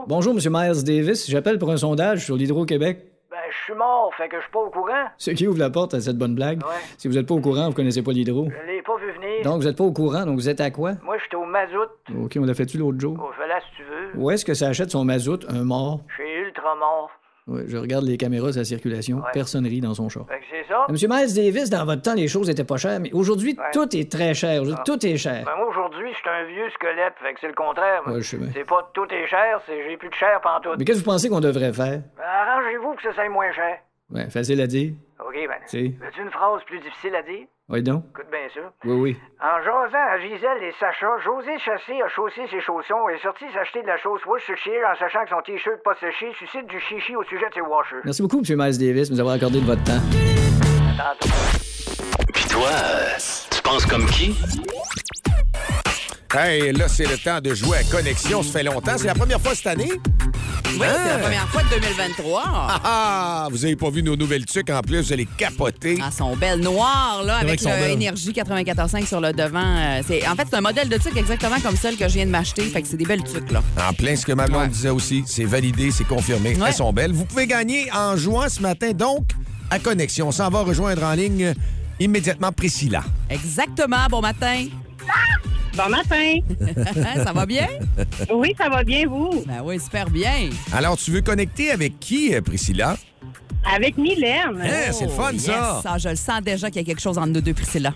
Bonjour, Monsieur Miles Davis. J'appelle pour un sondage sur l'Hydro-Québec.
Ben, je suis mort, fait que je suis pas au courant.
Ce qui ouvre la porte à cette bonne blague. Si vous n'êtes pas au courant, vous connaissez pas l'Hydro.
Je l'ai pas vu venir.
Oh. Donc, vous n'êtes pas au courant, donc vous êtes à quoi?
Moi, j'étais au mazout.
OK, on l'a fait-tu l'autre jour?
Au là si tu veux.
Où est-ce que ça achète son mazout, un mort?
Je suis ultra mort.
Ouais, je regarde les caméras de sa circulation. Personne rit dans son char.
Fait que c'est ça.
Monsieur Miles Davis, dans votre temps, les choses étaient pas chères, mais aujourd'hui, tout est très cher. Aujourd'hui, Tout est cher.
Ben, moi, aujourd'hui, je suis un vieux squelette, fait que c'est le contraire. moi.
Ouais, je sais bien.
C'est pas tout est cher, c'est j'ai plus de chair pantoute.
Mais qu'est-ce que vous pensez qu'on devrait faire?
Ben, arrangez-vous que ça soit moins cher.
Ouais, facile à dire.
OK, ben.
Si.
Veux-tu une phrase plus difficile à dire?
Oui, donc.
Écoute bien ça.
Oui, oui.
En jasant à Gisèle et Sacha, José Chassé a chaussé ses chaussons et est sorti s'acheter de la chausse Worcestershire en sachant que son t-shirt pas séché suscite du chichi au sujet de ses washers.
Merci beaucoup, Monsieur Miles Davis, de nous avoir accordé de votre temps.
Puis toi, euh, tu penses comme qui?
Hey, là, c'est le temps de jouer à Connexion. Ça fait longtemps. C'est la première fois cette année. Hein?
Oui, c'est la première fois de 2023.
Ah, vous avez pas vu nos nouvelles tuques en plus. Vous allez capoter.
Ah, son belle noire, là,
vrai
avec
qu'ils sont belles.
l'énergie 94.5 sur le devant. Euh, c'est- en fait, c'est un modèle de tuque exactement comme celle que je viens de m'acheter. Fait que c'est des belles
Ah
tuques, là.
En plein ce que ma blonde
Ouais.
disait aussi. C'est validé, c'est confirmé.
Ouais.
Elles sont belles. Vous pouvez gagner en jouant ce matin, donc, à Connexion. On s'en va rejoindre en ligne euh, immédiatement Priscilla.
Exactement. Bon matin.
Ah! Bon matin.
ça va bien?
Oui, ça va bien, vous?
Ben oui, super bien.
Alors, tu veux connecter avec qui, euh, Priscilla?
Avec Mylène.
Eh, c'est le fun,
Oh, yes, Ah,
ça.
Je le sens déjà qu'il y a quelque chose entre nous deux, Priscilla.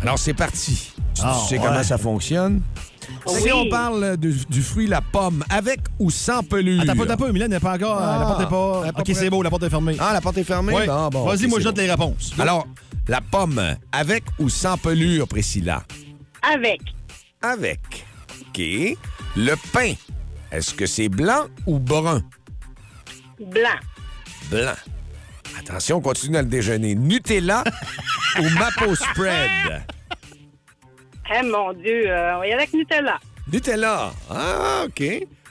Alors, c'est parti. Tu, tu
Ah,
sais
ouais.
comment ça fonctionne? Si
Ah
Oui.
on parle de- du fruit la pomme, avec ou sans pelure?
Attends, pas, t'as pas, Mylène n'est pas encore. euh,
Ah.
la porte est
Elle est
pas.
pas
Ok, c'est
prête.
beau, la porte est fermée.
Ah, la porte est fermée?
Ouais.
Bon, bon,
Vas-y,
ok,
moi,
c'est
jette
bon.
les réponses.
Alors, la pomme, avec ou sans pelure, Priscilla?
Avec.
Avec. OK. Le pain, est-ce que c'est blanc ou brun?
Blanc.
Blanc. Attention, on continue dans le déjeuner. Nutella ou Mapo Spread?
Eh mon Dieu, euh, on y est avec Nutella.
Nutella. Ah, OK.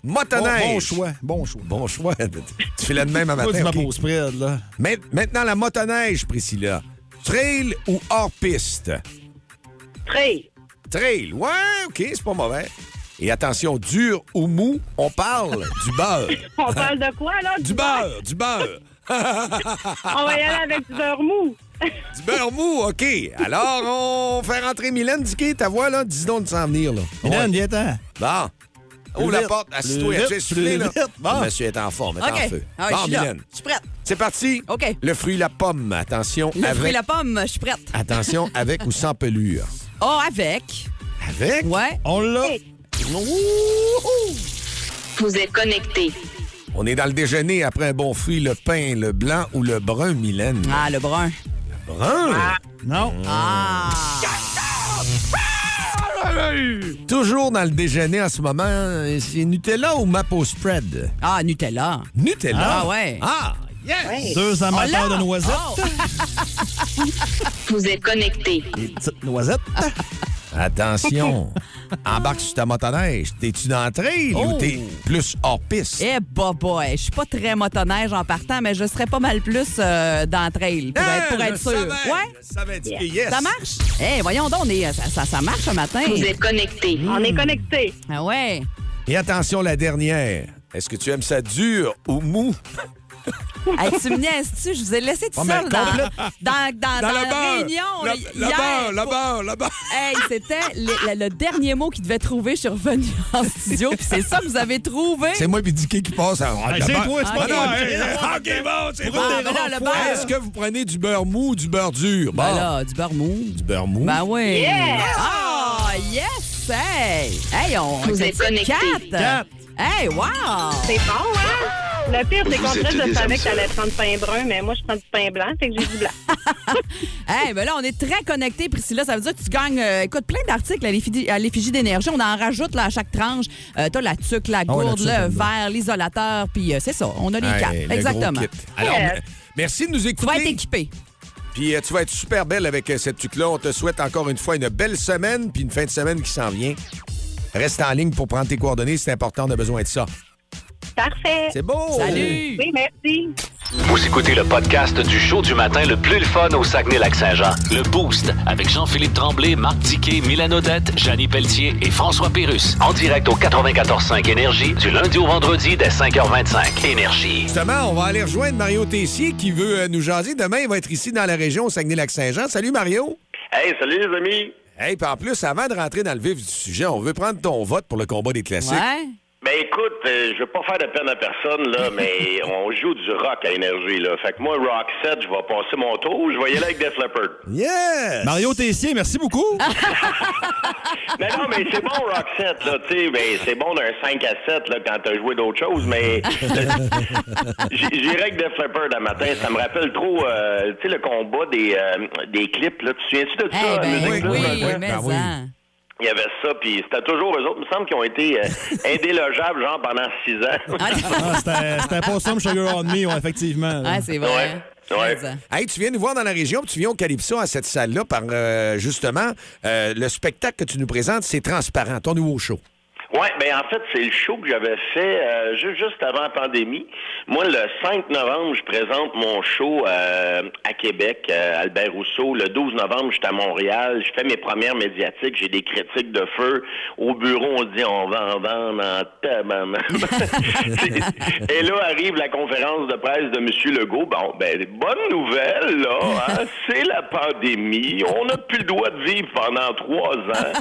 Bon,
Motoneige.
bon choix, bon choix.
Bon choix. tu fais la de même à
Pas du
matin. ok.
mapo spread, là.
Main- Maintenant, la motoneige, Priscilla. Trail ou hors-piste?
Très.
Trail. Ouais, OK, c'est pas mauvais. Et attention, dur ou mou, on parle du beurre.
On parle de quoi, là?
Du beurre, du beurre.
On va y aller avec du beurre mou.
du beurre mou, OK. Alors, on fait rentrer Mylène Diquet, ta voix, là. Dis donc de s'en venir, là.
Mylène,
Ouais.
viens-t'en.
Bon. Ouvre la
vite,
porte,
plus
assis-toi, tu sais,
vite,
soufflez,
plus
là.
vite. Bon.
Le Monsieur est en forme, est
OK.
en feu.
Ah ouais, je
bon,
suis là.
Mylène.
Je suis prête.
C'est parti.
OK.
Le fruit, la pomme. Attention,
Le
avec.
fruit la pomme, je suis prête.
Attention, avec ou sans pelure.
Oh, avec.
Avec?
Ouais.
On l'a.
Vous êtes connecté.
On est dans le déjeuner après un bon fruit, le pain, le blanc ou le brun, Mylène.
Ah, le brun.
Brun?
Non.
Ah.
Toujours dans le déjeuner en ce moment, c'est Nutella ou Mapo Spread?
Ah, Nutella.
Nutella?
Ah ouais.
Ah, yes!
Deux amateurs
On l'a.
de noisettes.
Oh!
Vous êtes connecté.
Des petites noisettes.
Attention, embarque sur ta motoneige. T'es-tu dans le trail ou
Oh.
t'es plus hors-piste?
Eh, bah, boy. Je suis pas très motoneige en partant, mais je serais pas mal plus euh, dans le trail, pour être, pour
Eh,
être
je
sûr.
savais,
Ouais?
je savais dire yes.
Ça marche? Eh, voyons donc, on est- ça, ça- ça marche ce matin. Mm.
connecté.
On est connecté.
Ah ouais.
Et attention, la dernière. Est-ce que tu aimes ça dur ou mou?
Hey, tu me niaises-tu? Je vous ai laissé tout
Ouais, mais
seul dans,
complète.
dans, dans, dans la réunion
La-
hier.
Là-bas, là-bas, là-bas.
Hey, c'était le, le- le dernier mot qu'il devait trouver. Je suis revenue en studio, puis c'est ça que vous avez trouvé.
C'est moi et Dicky qui passe. à-
Hey, c'est
là-bas.
toi, c'est pas
Ah, non,
moi,
hey,
hey,
OK, bon, c'est bon.
Ah, ben là, le beurre.
Est-ce que vous prenez du beurre mou ou du beurre dur? Bon.
Ben là, du beurre mou.
Du beurre mou.
Ben oui.
Yeah!
Ah, yes! Hey! Hey, on
Vous êtes connectés.
Quatre.
Quatre.
Hey, wow!
C'est bon, hein? Le pire, c'est
Vous
qu'en
êtes
fait, je
des
savais
hommes
que t'allais prendre pain brun, mais moi, je prends du pain blanc, fait que j'ai du blanc.
Hey, ben là, on est très connectés, Priscilla. Ça veut dire que tu gagnes, euh, écoute, plein d'articles à l'effigie- à l'effigie d'énergie. On en rajoute là, à chaque tranche. Euh, T'as la tuque, la
ouais, la
gourde,
tuque, elle
le
est bonne.
verre, l'isolateur, puis euh, c'est ça. On a les
Hey,
quatre.
le gros
Exactement.
kit. Alors,
Yes.
m- merci de nous
Tu vas être
écouter.
équipé.
Puis euh, tu vas être super belle avec euh, cette tuque-là. On te souhaite encore une fois une belle semaine, puis une fin de semaine qui s'en vient. Reste en ligne pour prendre tes coordonnées, c'est important, on a besoin de ça.
Parfait.
C'est beau!
Salut!
Oui, merci.
Vous écoutez le podcast du show du matin le plus le fun au Saguenay-Lac-Saint-Jean. Le Boost avec Jean-Philippe Tremblay, Marc Diquet, Milan Odette, Janine Pelletier et François Pérus. En direct au 94.5 Énergie du lundi au vendredi dès 5h25. Énergie.
Justement, on va aller rejoindre Mario Tessier qui veut euh, nous jaser. Demain, il va être ici dans la région au Saguenay-Lac-Saint-Jean. Salut Mario!
Hey, salut les amis.
Hey, puis en plus, avant de rentrer dans le vif du sujet, on veut prendre ton vote pour le combat des classiques.
Ouais.
Ben écoute, euh, je veux pas faire de peine à personne, là, mais on joue du rock à énergie, là. Fait que moi, rock 7, je vais passer mon tour, je vais y aller avec Def Leppard.
Yes!
Mario Tessier, merci beaucoup.
Ah,
Mais non, mais c'est bon, rock 7, là, tu sais, ben, c'est bon d'un 5 à 7, là, quand t'as joué d'autres choses, mais j- j'irai avec Def Leppard un matin, ça me rappelle trop, euh, tu sais, le combat des, euh, des clips, là. Tu te souviens-tu de
Eh
ça,
ben
Musique
oui,
Plus, dans le temps?
mais
ben oui.
en.
Il y avait ça, puis c'était toujours eux autres, il me semble, qui ont été euh, indélogeables, genre, pendant 6 ans.
Ah,
Ah, c'était c'était pas Some Sugar on Me, ouais, effectivement. là.
ouais, Ah, c'est vrai.
Ouais, ouais.
Mais en.
Hey, tu viens nous voir dans la région, puis tu viens au Calypso à cette salle-là par euh, justement euh, le spectacle que tu nous présentes, c'est transparent, ton nouveau show.
Oui, ben en fait, c'est le show que j'avais fait euh, ju- juste avant la pandémie. Moi, le 5 novembre, je présente mon show euh, à Québec, euh, Albert Rousseau. Le 12 novembre, je suis à Montréal. Je fais mes premières médiatiques. J'ai des critiques de feu. Au bureau, on se dit, on va en vendre en tabarnak. Et là arrive la conférence de presse de M. Legault. Bon, ben, bonne nouvelle, là. hein, c'est la pandémie. On n'a plus le droit de vivre pendant trois ans.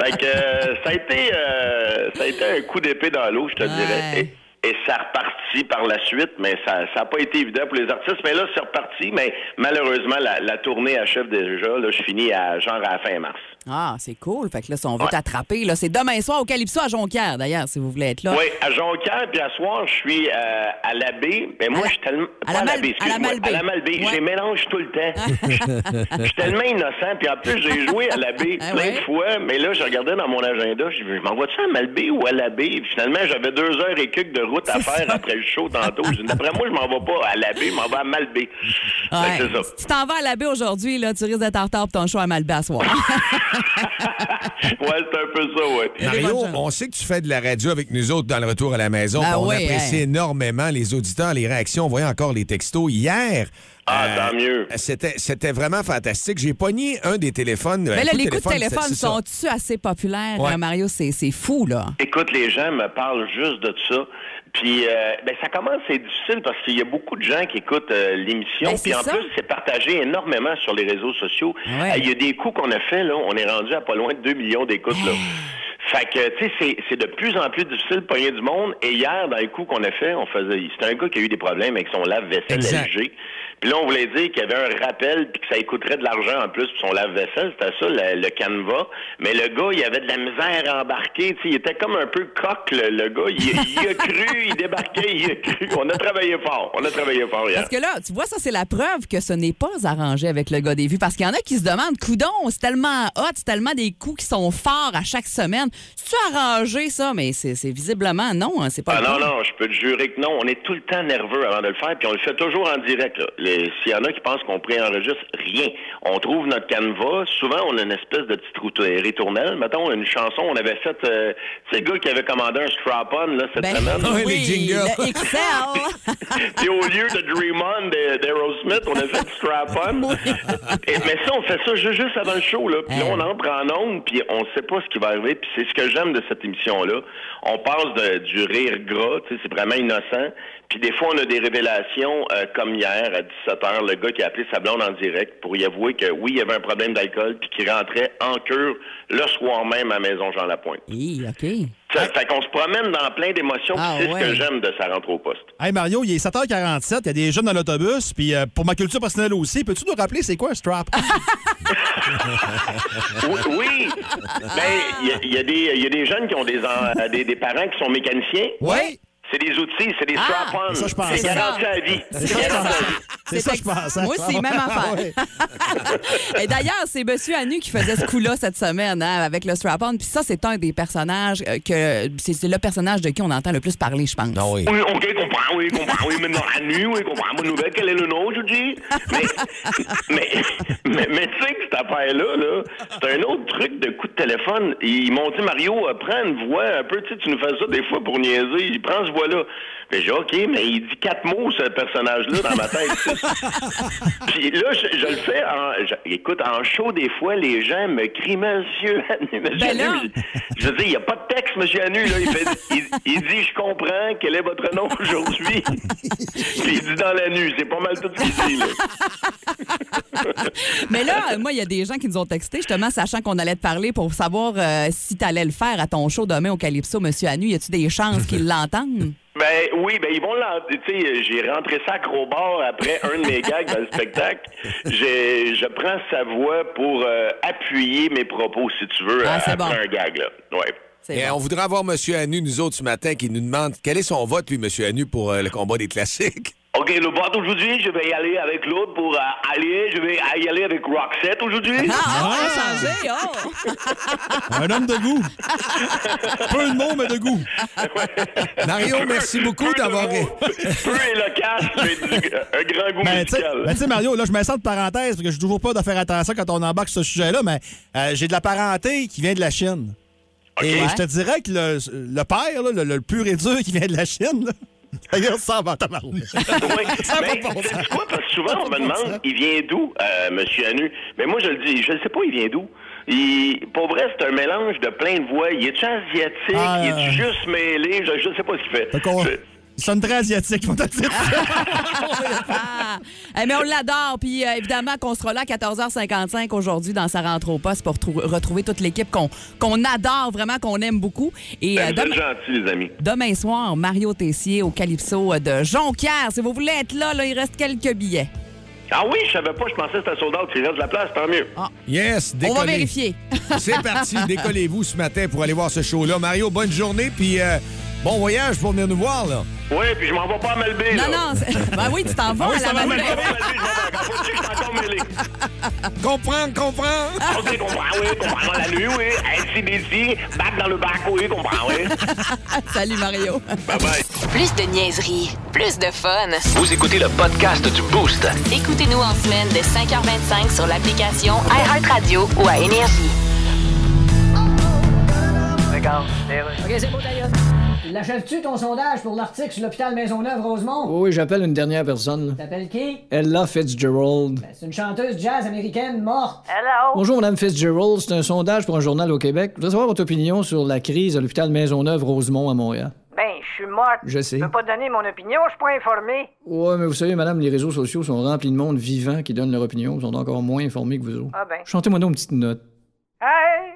fait que euh, ça a été, euh, ça a été un coup d'épée dans l'eau, je te dirais. Et, et ça a reparti par la suite, mais ça n'a pas été évident pour les artistes. Mais là, c'est reparti. Mais malheureusement, la, la tournée achève déjà. Là, je finis à, genre à la fin mars.
Ah, c'est cool. Fait que là, si on veut t'attraper, là, c'est demain soir au Calypso à Jonquière, d'ailleurs, si vous voulez être là.
Oui, à Jonquière, puis à soir, je suis euh, à l'abbé. Mais moi, je suis tellement.
à
pas
la
à
Mal-
l'abbé,
à la
excuse-moi.
Malbaie.
À la Malbaie. J'ai mélange tout le temps. Je suis tellement innocent, puis en plus, j'ai joué à l'abbé
Ah
plein
ouais?
de fois, mais là, je regardais dans mon agenda, je dis, je m'envoie-tu à Malbé ou à l'abbé? Puis finalement, j'avais deux heures et quelques de route à faire après le show tantôt. Je dis, d'après moi, je m'en vais pas à l'abbé, je m'en vais à Malbé. Fait que
Ouais.
C'est ça.
Si tu t'en vas à la baie aujourd'hui, là, tu risques d'être en retard pour ton show à Malbé à soir.
Ouais, c'est un peu ça, ouais.
Mario, on sait que tu fais de la radio avec nous autres dans le retour à la maison.
Ben
puis on
oui,
apprécie
hey.
énormément les auditeurs, les réactions. On voyait encore les textos hier. Euh,
Ah, tant mieux.
C'était, c'était vraiment fantastique. J'ai pogné un des téléphones.
Mais
un
Ben là,
coup de
les coups de
c'est-
téléphone
c'est ça.
sont-tu assez populaires,
Ouais.
euh, Mario? C'est c'est fou, là.
Écoute, les gens me parlent juste de ça. Puis, euh, ben, ça commence, c'est difficile parce qu'il y a beaucoup de gens qui écoutent euh, l'émission.
Ben,
Puis,
c'est
en
ça.
plus, c'est partagé énormément sur les réseaux sociaux. Euh, Il
Ouais.
y a des coups qu'on a fait, là, on est rendu à pas loin de 2 millions d'écoutes, là. Fait que, tu sais, c'est- c'est de plus en plus difficile de pogner du monde. Et hier, dans les coups qu'on a fait, on faisait. C'était un gars qui a eu des problèmes avec son lave-vaisselle
Exact.
LG. Puis là, on voulait dire qu'il y avait un rappel puis que ça coûterait de l'argent en plus pour son lave-vaisselle. C'était ça, le, le canevas. Mais le gars, il avait de la misère à embarquer. Tu sais, il était comme un peu coq, le, le gars. Il, il a cru, il débarquait, il a cru. On a travaillé fort. On a travaillé fort hier.
Parce que là, tu vois, ça, c'est la preuve que ce n'est pas arrangé avec le gars des vues. Parce qu'il y en a qui se demandent, coudon, c'est tellement hot, c'est tellement des coups qui sont forts à chaque semaine. C'est-tu arrangé, ça? Mais c'est c'est visiblement non, hein, c'est pas
Ah
le
non,
cas.
non, je peux te jurer que non. On est tout le temps nerveux avant de le faire, puis on le fait toujours en direct. là. Les- S'il y en a qui pensent qu'on préenregistre, rien. On trouve notre canevas. Souvent, on a une espèce de petite route- euh, ritournelle. Mettons, une chanson, on avait fait... euh, tu sais, le gars qui avait commandé un strap-on là, cette
Ben,
semaine.
oui, Oui, les jingles. le Excel.
puis au lieu de Dream On de- d'Aerosmith, on a fait du strap-on. Et- Mais ça, on fait ça ju- juste avant le show. Là. Puis là,
Hein.
on entre en ondes, puis on sait pas ce qui va arriver. Puis c'est ce que j'aime de cette émission-là. On passe de- du rire gras, tu sais, c'est vraiment innocent. Puis des fois, on a des révélations, euh, comme hier, à 17h, le gars qui a appelé sa blonde en direct pour y avouer que oui, il y avait un problème d'alcool, puis qu'il rentrait en cure le soir même à Maison Jean-Lapointe.
Hi, OK.
Ça, Fait qu'on se promène dans plein d'émotions, puis
Ah,
c'est ce
ouais.
que j'aime de sa rentre au poste.
Hey Mario, il est 7h47, il y a des jeunes dans l'autobus, puis euh, pour ma culture personnelle aussi, peux-tu nous rappeler c'est quoi un strap?
Oui, oui. Ben, il y a- il y, a des- il y a des jeunes qui ont des, en- euh, des, des parents qui sont mécaniciens.
Oui.
C'est des outils, c'est des strap-ons.
Ah, ça, je pensais.
C'est garanti à vie.
C'est
C'est
ça, je
garanti à vie.
C'est ça, je pensais. Ah
Moi, c'est même affaire. Et d'ailleurs, c'est Monsieur Anu qui faisait ce coup-là cette semaine hein, avec le strap-on. Puis ça, c'est un des personnages euh, que. C'est c'est le personnage de qui on entend le plus parler, je pense.
oui.
Oui, OK, comprends, oui, comprends, oui, maintenant, à nu, oui, comprends, bonne nouvelle, quel est le nom, je dis? Mais, mais, mais, mais tu sais que cette affaire-là, là, c'est un autre truc de coup de téléphone. Ils m'ont dit, Mario, euh, prends une voix un peu, tu sais, tu nous fais ça des fois pour niaiser, il prend ce voix-là. Mais j'ai dit, OK, mais il dit quatre mots, ce personnage-là, dans ma tête. tu sais. Puis là, je, je le fais en. je- écoute, en show, des fois, les gens me crient Monsieur Anu, Monsieur
Ben là.
Anu. Je, je dis, il n'y a pas de texte, Monsieur Anu. Là. Il, fait- il- il dit Je comprends, quel est votre nom aujourd'hui Puis il dit dans la nuit. C'est pas mal tout ce qu'il dit. Là.
Mais là, euh, moi, il y a des gens qui nous ont texté, justement, sachant qu'on allait te parler pour savoir euh, si tu allais le faire à ton show demain au Calypso, Monsieur Anu. Y a-tu des chances qu'ils l'entendent?
Ben oui, ben ils vont l'en- tu sais, j'ai rentré ça à Crowbar après un de mes gags dans le spectacle. J'ai, je prends sa voix pour euh, appuyer mes propos, si tu veux,
Ah, c'est
après
bon.
un gag, là. Ouais.
Et on voudrait avoir M. Anu, nous autres, ce matin, qui nous demande quel est son vote, lui, M. Anu, pour euh, le combat des classiques.
OK, le bot aujourd'hui, je vais y aller avec l'autre pour euh, aller. Je vais y aller avec Roxette
Ah,
aujourd'hui.
changé, oh!
Un homme de goût. Peu de mots, mais de goût.
Mario, merci beaucoup d'avoir.
Peu éloquent, mais du- un grand goût
Ben,
Mais tu sais,
musical.
mais tu sais, Mario, là, je mets ça de parenthèse, parce que je toujours pas de faire attention quand on embarque sur ce sujet-là, mais euh, j'ai de la parenté qui vient de la Chine. Et
Ouais.
je te dirais que le, le père, là, le, le pur et dur qui vient de la Chine, là, d'ailleurs, ça va t'en parler.
Oui, mais c'est quoi? Parce que souvent, on me demande, il vient d'où, euh, Monsieur Anu? Mais moi, je le dis, je ne sais pas, il vient d'où. Il, pour vrai, c'est un mélange de plein de voix. Il est-tu asiatique?
Ah,
il est-tu juste mêlé? Je ne sais pas ce qu'il fait.
Fait qu'on- Il sonne très asiatique, on va te dire.
Eh, mais on l'adore. Puis euh, évidemment qu'on sera là à 14h55 aujourd'hui dans sa rentre au poste pour trou- retrouver toute l'équipe qu'on qu'on adore vraiment, qu'on aime beaucoup. Et
Ben,
euh,
vous êtes
demain-
gentils, les amis.
Demain soir, Mario Tessier au Calypso euh, de Jonquière. Si vous voulez être là, là, il reste quelques billets.
Ah oui, je savais pas, je pensais que c'était sold out. Il reste de la place, tant mieux.
Ah.
Yes, décollez.
On va vérifier.
C'est parti, décollez-vous ce matin pour aller voir ce show-là. Mario, bonne journée, puis euh, bon voyage pour venir nous voir, là.
Oui, puis je m'en vais pas à Melbé.
Non,
là.
non, c'est- ben oui, tu t'en vas
Ah oui,
à
ça
la
va,
Malbaie.
Comprends, comprends.
OK, comprends, oui, comprends la nuit, oui. ACDC, back dans le bac, oui, comprends, oui.
Salut, Mario.
Bye-bye.
Plus de niaiserie, plus de fun.
Vous écoutez le podcast du Boost.
Écoutez-nous en semaine de 5h25 sur l'application iHeartRadio ou à Énergie.
OK, c'est beau, ta gueule. L'achèves-tu ton sondage pour l'article sur l'hôpital Maisonneuve-Rosemont?
Oh Oui, j'appelle une dernière personne. là.
T'appelles qui?
Ella Fitzgerald.
C'est une chanteuse jazz américaine morte.
Bonjour, Madame Fitzgerald. C'est un sondage pour un journal au Québec. Je voudrais savoir votre opinion sur la crise à l'hôpital Maisonneuve-Rosemont à Montréal.
Ben, je suis morte.
Je sais.
Je peux pas donner mon opinion, je suis pas informé.
Ouais, mais vous savez, Madame, les réseaux sociaux sont remplis de monde vivant qui donne leur opinion. Ils sont encore moins informés que vous autres.
Ah ben.
Chantez-moi donc une petite note.
Hey!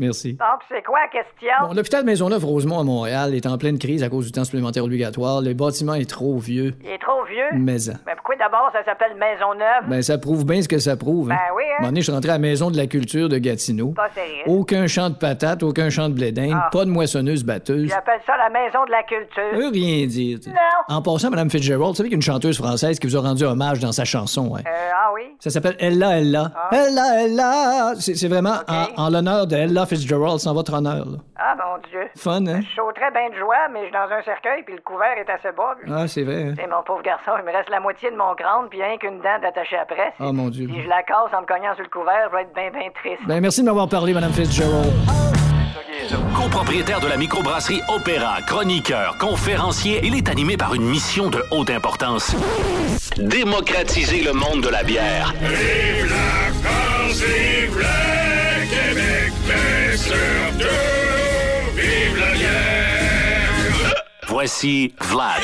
Merci.
Donc, c'est quoi la question?
Bon, l'hôpital Maisonneuve-Rosemont à Montréal est en pleine crise à cause du temps supplémentaire obligatoire. Le bâtiment est trop vieux.
Il est trop vieux?
Mais hein. en.
Ben, pourquoi d'abord ça s'appelle Maisonneuve?
Ben, ça prouve bien ce que ça prouve.
Ben oui, hein?
Un moment donné, je suis rentré à la Maison de la culture de Gatineau.
Pas sérieux.
Aucun champ de patates, aucun champ de blé d'Inde,
Ah.
pas de moissonneuse batteuse.
J'appelle ça la maison de la culture.
Ça veut rien dire. tu sais.
Non.
En passant, Mme Fitzgerald, vous savez qu'il y a une chanteuse française qui vous a rendu hommage dans sa chanson. hein.
Euh, ah oui?
Ça s'appelle Ella Ella.
Ah.
Ella Ella! C'est c'est vraiment en, en l'honneur de Ella Fitzgerald, c'est en votre honneur. là.
Ah, mon Dieu.
Fun, hein?
Je sauterais bien de joie, mais je suis dans un cercueil, puis le couvert est assez bas.
Ah, c'est vrai. hein?
C'est mon pauvre garçon, il me reste la moitié de mon crâne, puis rien qu'une dent d'attacher après.
Ah, mon Dieu.
Si je la casse en me cognant sur le couvert, je vais être bien, bien triste.
Ben, merci de m'avoir parlé, Mme Fitzgerald.
Ah,
Copropriétaire de la microbrasserie Opéra, chroniqueur, conférencier, il est animé par une mission de haute importance. Démocratiser le monde de la bière.
Vive la France, vive le Québec, mais surtout, vive la bière!
Voici Vlad.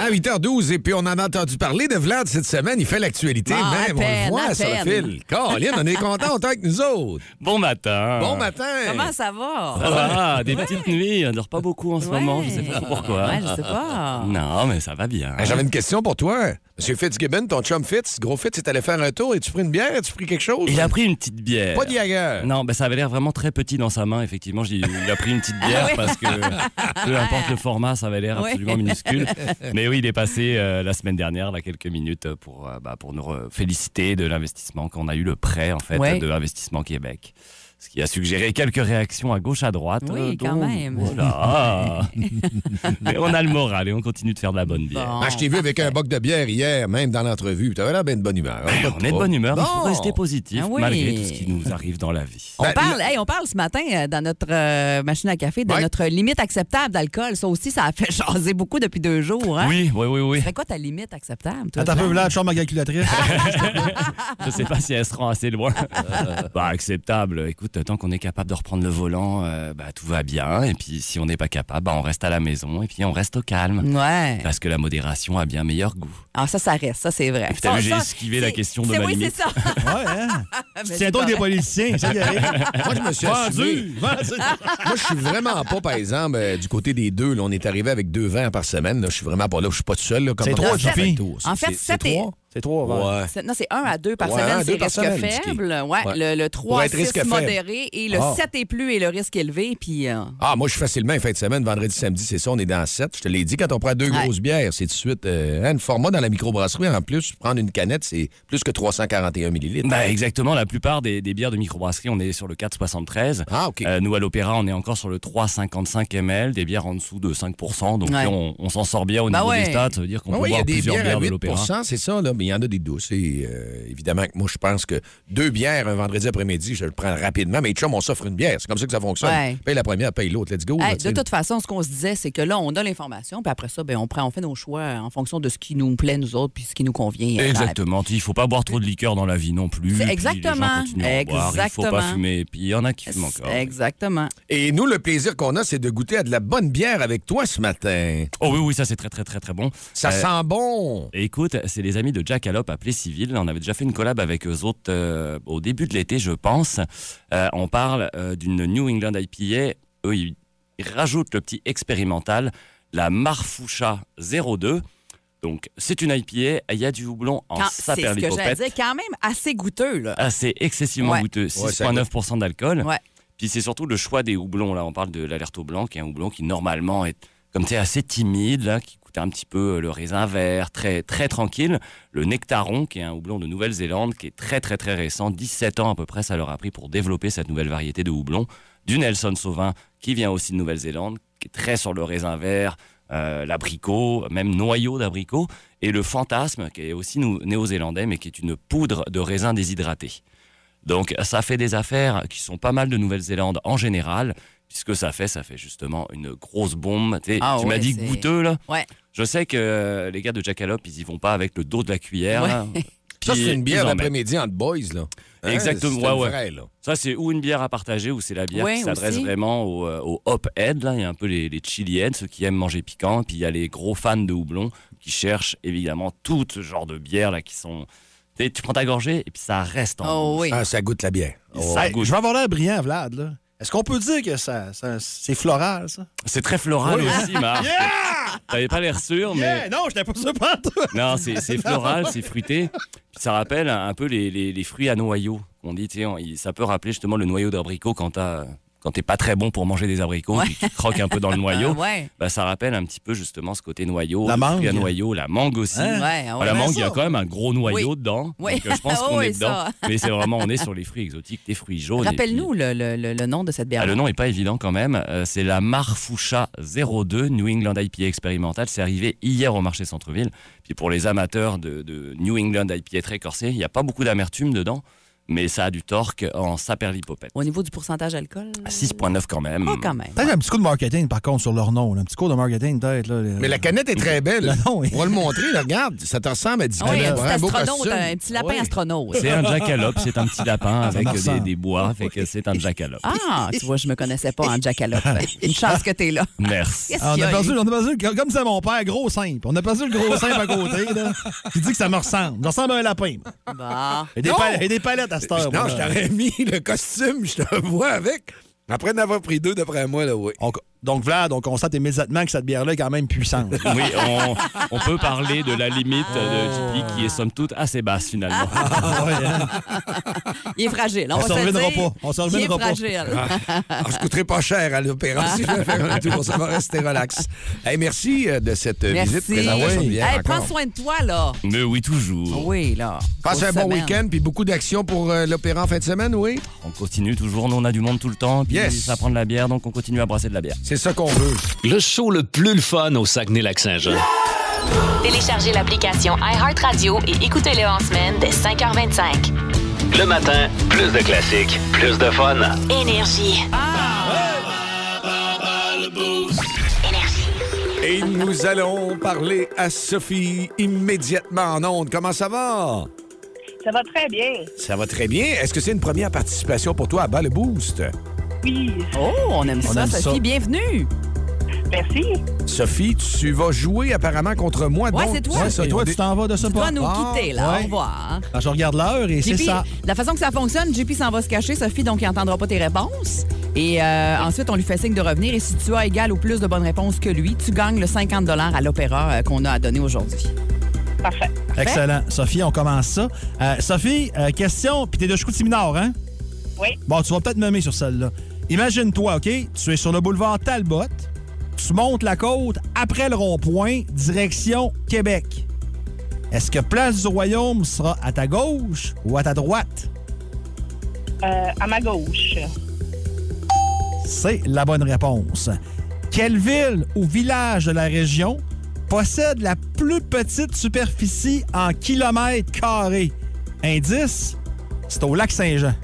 À 8h12, et puis on en a entendu parler de Vlad cette semaine. Il fait l'actualité
Ah, à
même. on
peine,
le
à
voit sur le
peine.
fil. Caroline, on est content, on est avec nous autres.
Bon matin.
Bon matin.
Comment ça va?
Ça va, des petites nuits, on dort pas beaucoup en ce moment, je sais pas trop pourquoi.
Ouais, je sais pas.
Non, mais ça va bien.
Ah, J'avais une question pour toi. Monsieur Fitzgibbon, ton chum Fitz, gros Fitz, est allé faire un tour. As-tu pris une bière? As-tu pris quelque chose?
Il a pris une petite bière.
Pas de Jaeger.
Non, ben ça avait l'air vraiment très petit dans sa main, effectivement. j'ai- Il a pris une petite bière
Ah oui.
parce que peu importe le format, ça avait l'air
Oui.
absolument minuscule. Mais oui, il est passé euh, la semaine dernière, là, quelques minutes, pour, euh, bah, pour nous re- féliciter de l'investissement qu'on a eu, le prêt, en fait,
Oui.
de Investissement Québec. Ce qui a suggéré quelques réactions à gauche, à droite.
Oui,
euh,
quand
dont-
même.
Voilà. Mais on a le moral et on continue de faire de la bonne bière.
Ah, je t'ai vu avec un boc de bière hier, même dans l'entrevue. T'avais l'air bien de bonne humeur.
Ah, on est de bonne humeur, mais il faut
Bon.
rester positif
Ah oui.
malgré tout ce qui nous arrive dans la vie.
On parle, hey, on parle ce matin euh, dans notre euh, machine à café de
Ouais.
notre limite acceptable d'alcool. Ça aussi, ça a fait jaser beaucoup depuis deux jours. Hein?
Oui, oui, oui, oui.
C'est quoi ta limite acceptable? Toi,
Attends un peu,
Jean?
là, je sors ma calculatrice.
Ah,
Je sais pas si elle se rend assez loin. bah, acceptable. Écoute, tant qu'on est capable de reprendre le volant, euh, bah, tout va bien. Et puis, si on n'est pas capable, bah, on reste à la maison et puis on reste au calme.
Ouais.
Parce que la modération a bien meilleur goût.
Ah, ça, ça reste. Ça, c'est vrai.
Et puis, t'as vu, j'ai
Ça, ça,
esquivé la question de
c'est-
ma
oui,
limite.
c'est ça.
ouais, hein?
Mais
Tu
c'est
tiens donc des
correct.
politiciens, ça y est.
Moi, je me suis
Vendu,
assumé.
vendu.
Moi, je suis vraiment pas, par exemple, euh, du côté des deux. là, on est arrivé avec deux verres par semaine. là. Je suis vraiment pas là. Je suis pas tout seul. là, comme
C'est
on
trois,
fait
Juppie.
le tour.
En fait,
C'est- c'est
sept et-
trois.
C'est trois,
ouais.
C'est- Non, c'est 1 à 2 par
Ouais, un à
semaine,
deux
c'est
par
risque
semaine,
faible.
indiqué.
Ouais,
Ouais.
Le, le
Pour
3
être risque
6
faible.
modéré et le
Ah.
7 et plus et le risque élevé. Puis, euh,
Ah, moi, je suis facilement en fin de semaine, vendredi, samedi, c'est ça, on est dans 7. Je te l'ai dit, quand on prend deux
Ouais.
grosses bières, c'est tout de suite. Euh, hein, le format dans la microbrasserie, en plus, prendre une canette, c'est plus que 341 millilitres.
Bah, exactement, la plupart des, des bières de microbrasserie, on est sur le 4,73.
Ah,
Euh, nous, à l'Opéra, on est encore sur le 3,55 ml, des bières en dessous de 5 donc
Ouais.
on, on s'en sort bien au
Bah
niveau
ouais.
des stats. Ça veut dire qu'on
Ah
peut
oui, il y
Bah
boire
a des
plusieurs
bières
bières,
à
de l'Opéra.
8 c'est ça, là, mais il y en a des douces. Et, euh, évidemment, que moi, je pense que deux bières un vendredi après-midi, je le prends rapidement. Mais chum, on s'offre une bière. C'est comme ça que ça fonctionne.
Ouais.
Paye la première, paye l'autre.
Oh,
Let's go. là,
Hey,
tu
de
sais.
toute façon, ce qu'on se disait, c'est que là, on a l'information, puis après ça, ben, on, prend, on fait nos choix en fonction de ce qui nous plaît, nous autres, puis ce qui nous convient. euh, dans la vie.
Exactement. Il faut pas boire trop de liqueur dans la vie non plus.
C'est
Puis Les
exactement.
gens continuent à en boire. Il faut pas
Exactement.
fumer. Puis il y en a qui fument encore.
Exactement.
Et nous, le plaisir qu'on a, c'est de goûter à de la bonne bière avec toi ce matin.
Oh oui, Euh, oui, ça c'est très très très très bon.
Ça sent
Oh.
bon.
Écoute, c'est les amis de Jackalope à Plessisville. On avait déjà fait une collab avec eux autres euh, au début de l'été, je pense. Euh, on parle euh, d'une New England IPA. Eux, ils rajoutent le petit expérimental, la Marfoucha 02. Donc, c'est une IPA. Il y a du houblon en
Quand- Ah, C'est ce que j'allais
saperlipopette.
dire, quand même assez goûteux. Là.
Ah, c'est excessivement
Ouais.
goûteux.
Ouais, ça
6,9% d'alcool.
Ouais.
Puis c'est surtout le choix des houblons. Là, on parle de l'alerte au blanc, qui est un houblon qui normalement est comme tu sais, assez timide, là, qui coûte un petit peu euh, le raisin vert, très très tranquille. Le nectaron, qui est un houblon de Nouvelle-Zélande, qui est très très très récent, 17 ans à peu près, ça leur a pris pour développer cette nouvelle variété de houblon. Du Nelson Sauvin, qui vient aussi de Nouvelle-Zélande, qui est très sur le raisin vert, euh, l'abricot, même noyau d'abricot, et le fantasme, qui est aussi nou- néo-zélandais, mais qui est une poudre de raisin déshydraté. Donc ça fait des affaires qui sont pas mal de Nouvelle-Zélande en général, puisque ça fait, ça fait justement une grosse bombe. Tu sais,
Ah
tu
ouais,
m'as dit
c'est-
goûteux là.
Ouais.
Je sais que euh, les gars de Jackalope, ils y vont pas avec le dos de la cuillère. Hein.
Ouais.
là.
Ça,
Puis,
c'est une bière
ils en
d'après-midi entre boys, là. Hein,
Exactement,
c'est
ouais,
une
ouais.
vraie, là.
Ça, c'est ou une bière à partager ou c'est la bière
Ouais,
qui s'adresse
aussi.
vraiment aux au hop-head. là. Il y a un peu les, les chiliennes, ceux qui aiment manger piquant. Puis il y a les gros fans de houblon qui cherchent évidemment tout ce genre de bières là, qui sont. Tu sais, tu prends ta gorgée et puis ça reste en bouche.
Ah, ça goûte la bière.
Ça
Hey,
goûte.
Je vais avoir l'air brillant, Vlad. là. Est-ce qu'on peut dire que ça, ça- c'est floral, ça?
C'est très floral
Oui.
aussi, Marc. T'avais pas l'air sûr, mais.
Yeah, non, je n'étais pas sûr pas toi.
Non, c'est c'est
Non.
floral, c'est fruité. Puis ça rappelle un peu les, les- les fruits à noyaux. On dit, tu sais, on- il- ça peut rappeler justement le noyau d'abricot quand t'as- quand t'es pas très bon pour manger des abricots, puis tu croques un peu dans le noyau.
Ah ouais.
Bah, ça rappelle un petit peu justement ce côté noyau,
La
le fruit à
mangue.
noyau, la mangue aussi.
Hein? Ouais, ah ouais.
Ah, la
Ben
mangue,
ça.
il y a quand même un gros noyau
Oui.
dedans.
Oui.
Donc, euh, je pense
Ah
qu'on
oui,
est dedans.
ça.
Mais c'est vraiment, on est sur les fruits exotiques, des fruits jaunes. et puis-
Rappelle-nous le, le- le- le nom de cette bière.
Oh, ah, le nom n'est pas évident quand même. Euh, c'est la Marfoucha 02 New England IPA expérimentale. C'est arrivé hier au marché Centre-Ville. Puis pour les amateurs de, de New England IPA très corsé, il n'y a pas beaucoup d'amertume dedans, mais ça a du torque en saperlipopette.
Au niveau du pourcentage d'alcool,
6.9 quand
Hmm.
même.
pas Oh, quand même.
Peut-être un petit coup de marketing, par contre, sur leur nom. là. Un petit coup de marketing, peut-être. là.
Mais la canette est très belle.
Le
Ah
nom, oui.
On va le montrer, là, regarde. Ça te ressemble à du
Ah oui, un
canette.
petit
Hein, beau
astronaute, euh,
costume.
un petit lapin
Oui.
astronaute.
C'est un jackalope, c'est un petit lapin
Ça
avec
me
des,
ressemble.
des
Ah,
bois, fait que c'est un jackalope.
Ah, tu vois, je me connaissais pas en jackalope. Une chance que t'es là.
Merci.
Qu'est-ce
Ah, on,
qu'il y
a
a,
perdu,
lui?
on a perdu, comme ça mon père, gros simple. On a perdu le gros simple à côté, là. Qui dit que ça me ressemble. Je ressemble à un lapin. moi.
Bon.
Et des,
Non.
pal- et des palettes à cette heure.
Non,
moi,
je
là.
t'aurais mis le costume, je te vois avec. Après n'avoir pris deux d'après moi, là, oui.
On- donc, Vlad, on constate immédiatement que cette bière-là est quand même puissante.
Oui, on, on peut parler de la limite de Tipeee qui est somme toute assez basse finalement.
Il est fragile. On,
On
va
s'en
se le
reviendra
dire.
pas. On s'en
Il est
reviendra pas.
fragile.
Ah, je coûterai pas cher à l'opéra si je vais faire un tour. Ça va rester relax. Hey, merci euh, de cette euh,
Merci.
visite. présentation de bière
Hey,
encore.
prends soin de toi, là.
Ah
Ah
Mais oui, toujours.
Oui, là.
Passe
Grosse
un bon
semaine.
week-end, puis beaucoup d'actions pour euh, l'opéra en fin de semaine, oui?
On continue toujours, nous on a du monde tout le temps, puis
Yes.
ça prend de la bière, donc on continue à brasser de la bière.
C'est ça qu'on veut.
Le show le plus le fun au Saguenay-Lac-Saint-Jean.
Téléchargez l'application iHeartRadio et écoutez-le en semaine dès 5h25.
Le matin, plus de classiques, plus de fun.
Énergie.
Ah!
Et nous allons parler à Sophie immédiatement en ondes. Comment ça va?
Ça va très bien.
Ça va très bien. Est-ce que c'est une première participation pour toi à Bas le Boost?
Oui,
Oh, on aime
On
ça,
aime
Sophie.
ça.
Bienvenue.
merci.
Sophie, tu vas jouer apparemment contre moi.
Ouais,
Ah, donc-
c'est toi.
Ouais, ça, toi, tu t'en vas de ce
Tu dois
pas.
nous
Ah,
quitter, là.
ouais.
Au revoir.
Ah, je regarde l'heure et c'est
JP,
ça.
La façon que ça fonctionne, JP s'en va se cacher, Sophie, donc il n'entendra pas tes réponses. Et euh, ensuite, on lui fait signe de revenir. Et si tu as égal ou plus de bonnes réponses que lui, tu gagnes le 50 à l'opéra euh, qu'on a à donner aujourd'hui.
Parfait.
Excellent. Sophie, on commence ça. Euh, Sophie, euh, question, puis t'es de Chicoutimi Nord, hein?
Oui.
Bon, tu vas peut-être me mettre sur celle-là. Imagine-toi, OK? Tu es sur le boulevard Talbot, tu montes la côte après le rond-point, direction Québec. Est-ce que Place du Royaume sera à ta gauche ou à ta droite?
Euh, à ma gauche.
C'est la bonne réponse. Quelle ville ou village de la région possède la plus petite superficie en kilomètres carrés. Indice, c'est au lac Saint-Jean.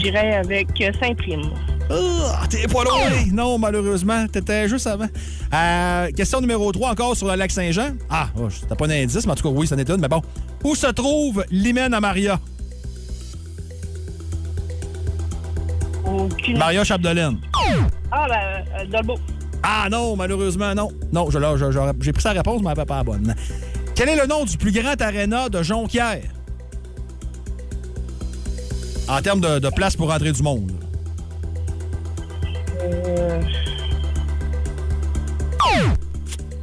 J'irai avec euh, Saint-Prime.
Ah, t'es pas loin! Non, malheureusement, t'étais juste avant. Euh, question numéro 3 encore sur le lac Saint-Jean. Ah, oh, c'était pas un indice, mais en tout cas, oui, c'en est une, mais bon. Où se trouve l'hymen à Maria? Maria Chapdelaine.
Ah, ben, euh, Dolbeau.
Ah non, malheureusement, non. Non, je l'ai- je- je- j'ai pris sa réponse, mais elle n'était pas la bonne. Quel est le nom du plus grand aréna de Jonquière? En termes de, de place pour entrer du monde.
Euh,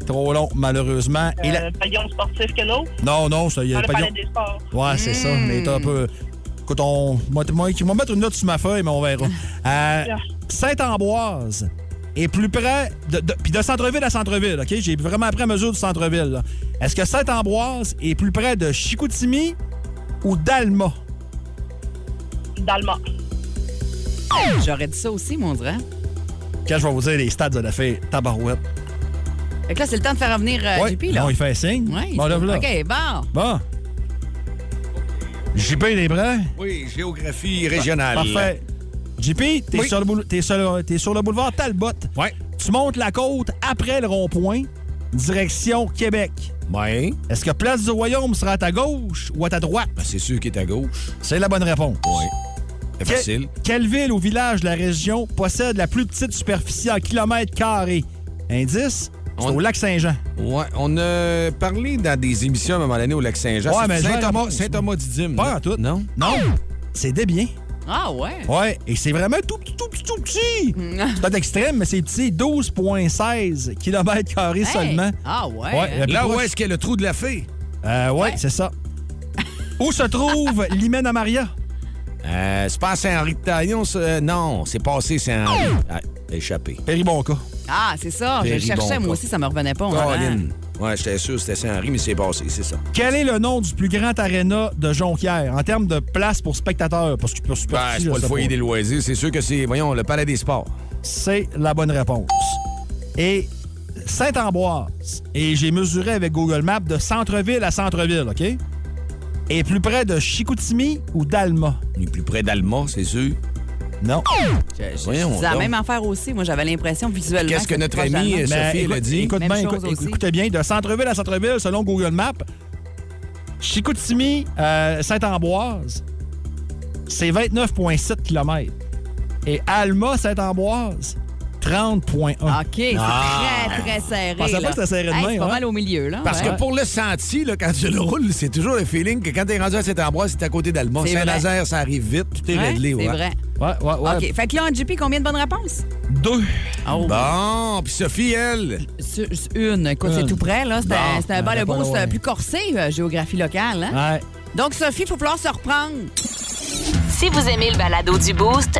Trop long, malheureusement. Et la-
euh, Pavillon sportif Cano.
Non, non, ça y est.
Dans le
pas-
palais des sports. Mmh.
Ouais, c'est ça.
Hmm.
Mais t'as un peu. Écoute, on. Moi, t- moi, qui vont mettre une note sur ma feuille, mais on verra. Euh, Sainte-Amboise est plus près. De, de- Puis de centre-ville à centre-ville, OK? J'ai vraiment pris à mesure du centre-ville. là. Est-ce que Sainte-Amboise est plus près de Chicoutimi ou d'Alma?
Dalma.
J'aurais dit ça aussi, mon dirait.
Quand je vais vous dire les stats de la fille, tabarouette.
Fait que là, c'est le temps de faire revenir euh,
Ouais.
JP, là.
Non, il fait un signe.
Ouais.
Bon, là, voilà.
OK, bon.
Bon. JP, les bras?
Oui, géographie régionale.
Parfait. JP, t'es
Oui.
sur, le boule- t'es sur le- t'es sur le boulevard Talbot.
Ouais.
Tu montes la côte après le rond-point, direction Québec.
Ouais.
Est-ce que Place du Royaume sera à ta gauche ou à ta droite?
Ben, c'est sûr qu'il est à gauche.
C'est la bonne réponse.
Oui. C'est
Que-
facile.
quelle ville ou village de la région possède la plus petite superficie en kilomètres carrés? Indice, c'est
On-
au lac Saint-Jean.
Ouais, on a parlé dans des émissions à un moment donné au lac Saint-Jean.
Ouais,
C'est
mais je vais
Saint-Thomas
répondre.
Saint-Thomas d'Idyme.
Pas en tout.
Non?
Non, c'est des biens.
Ah, ouais.
Ouais, et c'est vraiment tout petit, tout petit, tout petit.
Mm.
C'est pas extrême, mais c'est petit, 12,16 km carrés seulement.
Ah, ouais.
Ouais,
Là où
ouais.
est-ce qu'il y a le trou de la fée?
Euh, ouais, c'est ça. Où se trouve l'hymen à Maria?
Euh, c'est pas à Saint-Henri de Taillon, ça? Euh, Non, c'est passé Saint-Henri. Ah, échappé.
Péribonca.
Ah, c'est ça. Je le
Very
cherchais,
bon
moi
cas.
aussi, ça me revenait pas. on
Colin. Ouais, j'étais sûr que c'était Saint-Henri, mais c'est passé, c'est ça.
Quel est le nom du plus grand aréna de Jonquière en termes de place pour spectateurs? Parce que pour
Ben,
superficie,
c'est
là,
pas le
c'est
foyer
pas-
des loisirs, c'est sûr que c'est, voyons, le palais des sports.
C'est la bonne réponse. Et Saint-Amboise, et j'ai mesuré avec Google Maps de centre-ville à centre-ville, OK? Et plus près de Chicoutimi ou d'Alma?
On est plus près d'Alma, c'est sûr.
Non.
Je- je-
Voyons
C'est la
donc.
même affaire aussi. Moi, j'avais l'impression visuellement.
Qu'est-ce que
c'était
notre
proche
ami,
d'Allemagne.
euh, Sophie,
Ben, écoute-
elle a dit.
Écoute
Même
bien,
chose
écoute-
aussi.
écoutez bien, de centre-ville à centre-ville, selon Google Maps, Chicoutimi, euh, Saint-Amboise, c'est 29,7 km. Et Alma, Saint-Amboise, 30,1.
OK, c'est
Ah.
très, très serré.
Pensais pas
là.
que c'était serré de
Hey,
même,
C'est pas
hein?
mal au milieu, là.
Parce
ouais.
que pour le senti, là, quand tu le roules, c'est toujours le feeling que quand t'es rendu à cet endroit, c'est à côté d'Alma.
C'est vrai.
Saint-Nazaire, ça arrive vite, tout est
Ouais,
réglé. ouais.
C'est vrai.
Ouais, ouais, ouais.
OK, fait que là, en JP, combien de bonnes réponses?
Deux.
Oh,
Bon, puis Sophie, elle.
su- su- une. Écoute, c'est
Une.
tout près, là. C'est un-
Bon,
c'est un
ben,
bas le
pas
beau, c'est
loin.
un plus corsé, euh, géographie locale, hein?
Ah.
Ouais.
Donc, Sophie, il faut falloir se reprendre.
Si vous aimez le balado du Boost,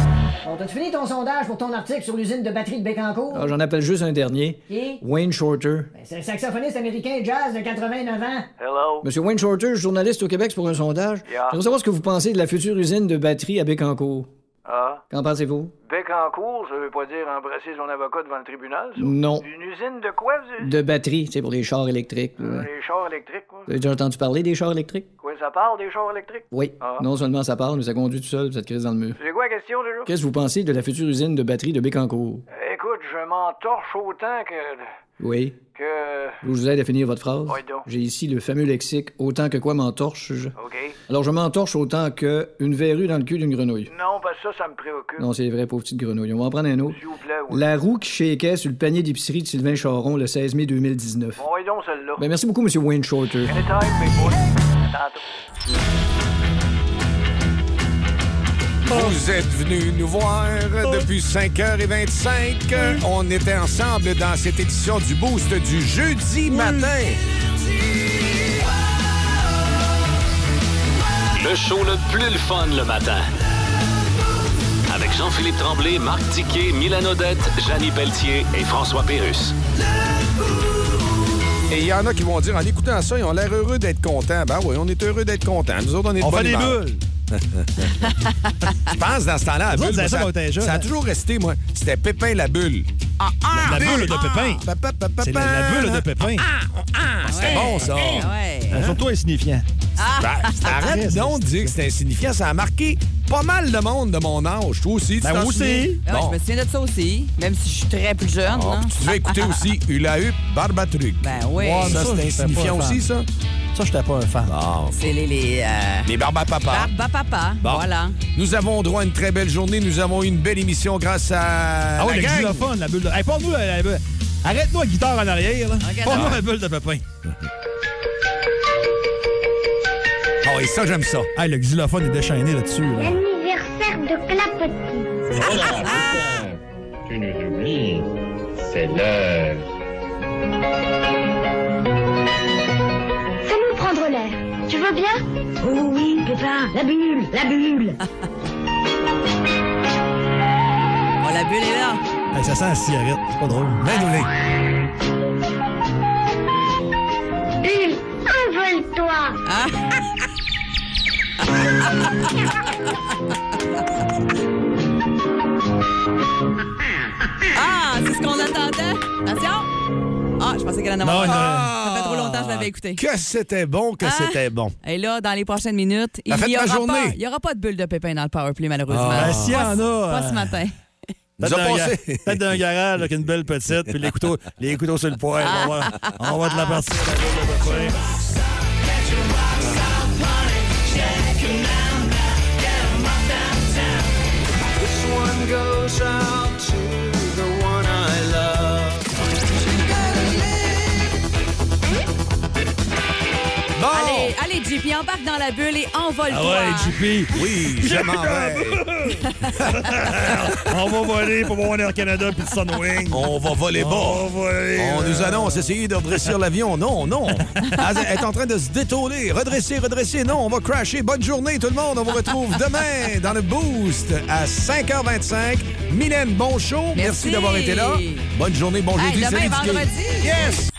Bon, t'as-tu fini ton sondage pour ton article sur l'usine de batterie de Bécancourt?
Ah, J'en appelle juste un dernier.
Qui? Ben,
Wayne Shorter.
C'est un saxophoniste américain jazz de 89 ans.
Hello.
Monsieur Wayne Shorter, journaliste au Québec c'est pour un sondage.
Yeah.
Je voudrais savoir ce que vous pensez de la future usine de batterie à Bécancour.
Ah.
Qu'en pensez-vous?
Bec en cours, ça veut pas dire embrasser son avocat devant le tribunal, ça?
Non.
Une usine de quoi, vous avez-
De batterie, c'est pour les chars électriques. là.
Les chars électriques, quoi.
Vous avez déjà entendu parler des chars électriques?
Quoi, ça parle des chars électriques?
Oui.
Ah.
Non seulement ça parle, mais ça conduit tout seul, puis ça te crise dans le mur.
C'est quoi la question, déjà?
Qu'est-ce que vous pensez de la future usine de batterie de Bécancour?
Écoute, je m'entorche autant que.
Oui.
que.
Je vous aide à finir votre phrase.
Ouais, donc.
J'ai ici le fameux lexique autant que quoi m'entorche. je-
OK.
Alors je m'entorche autant que une verrue dans le cul d'une grenouille.
Non, parce que ça, ça me préoccupe.
Non, c'est vrai, pauvre petite grenouille. On va en prendre un autre.
S'il vous plaît, oui.
La roue qui shakeait sur le panier d'épicerie de Sylvain Charon le 16 mai 2019.
Bon, et donc, celle-là.
Ben, merci beaucoup, Monsieur Wayne Shorter.
Anytime, big boy. Tantôt.
Vous êtes venus nous voir depuis 5h25. On était ensemble dans cette édition du Boost du jeudi matin.
Le show le plus le fun le matin. Avec Jean-Philippe Tremblay, Marc Tiquet, Milan Odette, Janine Pelletier et François Pérus.
Et il y en a qui vont dire, en écoutant ça, ils ont l'air heureux d'être contents. Ben oui, on est heureux d'être contents. Nous autres, on est de
On
bonne
fait des
humeur.
bulles.
Je pense, dans ce temps-là, la
Nous autres, on
bulle, moi,
faisait ça
ça,
quand on était jeunes,
ça a
hein.
toujours resté, moi. C'était Pépin la bulle.
Ah,
Ah!
La- la bulle de Pépin. C'est la, la bulle de Pépin.
ah,
Ah,
Ah,
C'était bon, ça.
Eh,
Hein?
Euh, Surtout insignifiant.
Ben, arrête donc de dire que c'est insignifiant. Ça a marqué pas mal de monde de mon âge. Toi aussi, tu
Ben,
t'en
moi aussi.
souviens?
Ah ouais,
Bon.
je me souviens de ça aussi, même si je suis très plus jeune.
Ah,
là.
puis tu devais écouter aussi Ulahup Barbatruc.
Ben oui.
Ouais, ça, c'est insignifiant aussi, ça? Ah.
Ça, j'étais pas un fan.
C'est les. les euh,
Les Barbapapas.
Barba Papa.
Bon.
Voilà.
Nous avons droit à une très belle journée. Nous avons eu une belle émission grâce à.
Ah oui,
la
le
gang.
xylophone, la bulle de. Hey, parle-nous. la-
euh,
la bulle- Arrête-nous la guitare en arrière. là. Parle-nous
Ah.
la bulle de Pépin.
Ah oui, ça, j'aime ça.
Hey, le xylophone est déchaîné là-dessus. là.
L'anniversaire de Clapotis.
Tu nous oublies, c'est l'heure.
Fais-nous prendre l'air. Tu veux bien Oh oui, Pépin, la bulle, la bulle.
Oh, la bulle est là.
Hey, ça sent la cigarette. C'est Ah, pas drôle. Ben,
Bulle, envole-toi.
Ah! Ah, c'est ce qu'on attendait. Attention. Ah, je pensais qu'elle en avait
Non,
pas.
non.
Ça fait trop longtemps que je l'avais écouté.
Que c'était bon, que
Ah.
c'était bon.
Et là, dans les prochaines minutes, il
La fête de
n'y
la
aura,
journée.
pas- il y aura pas de bulle de pépin dans le Powerplay, malheureusement.
Ah. Ben, s'il y
Pas
en
ce-
a,
Pas ce
euh,
matin.
Peut-être
Nous a
d'un ga-
passé.
peut-être d'un garage avec une belle petite, puis les couteaux, les couteaux sur le poêle. On va, on va te la partir. la gueule de Pépin.
This one goes out to the one I love.
Bon.
Allez, allez, JP, embarque dans la bulle et envole-toi.
Ah ouais, JP.
Oui, je m'en vais.
On va voler pour mon Air Canada puis le Sunwing.
On va voler
On
bas.
va voler. euh,
On nous annonce essayer de redresser l'avion. Non, non. Ah, Elle est en train de se détourner. Redresser, redresser. Non, on va crasher. Bonne journée, tout le monde. On vous retrouve demain dans le Boost à 5h25. Mylène, bon show. Merci,
Merci
d'avoir été là. Bonne journée, bon
Hey,
jeudi.
demain,
Salut, Dicky.
vendredi.
Yes!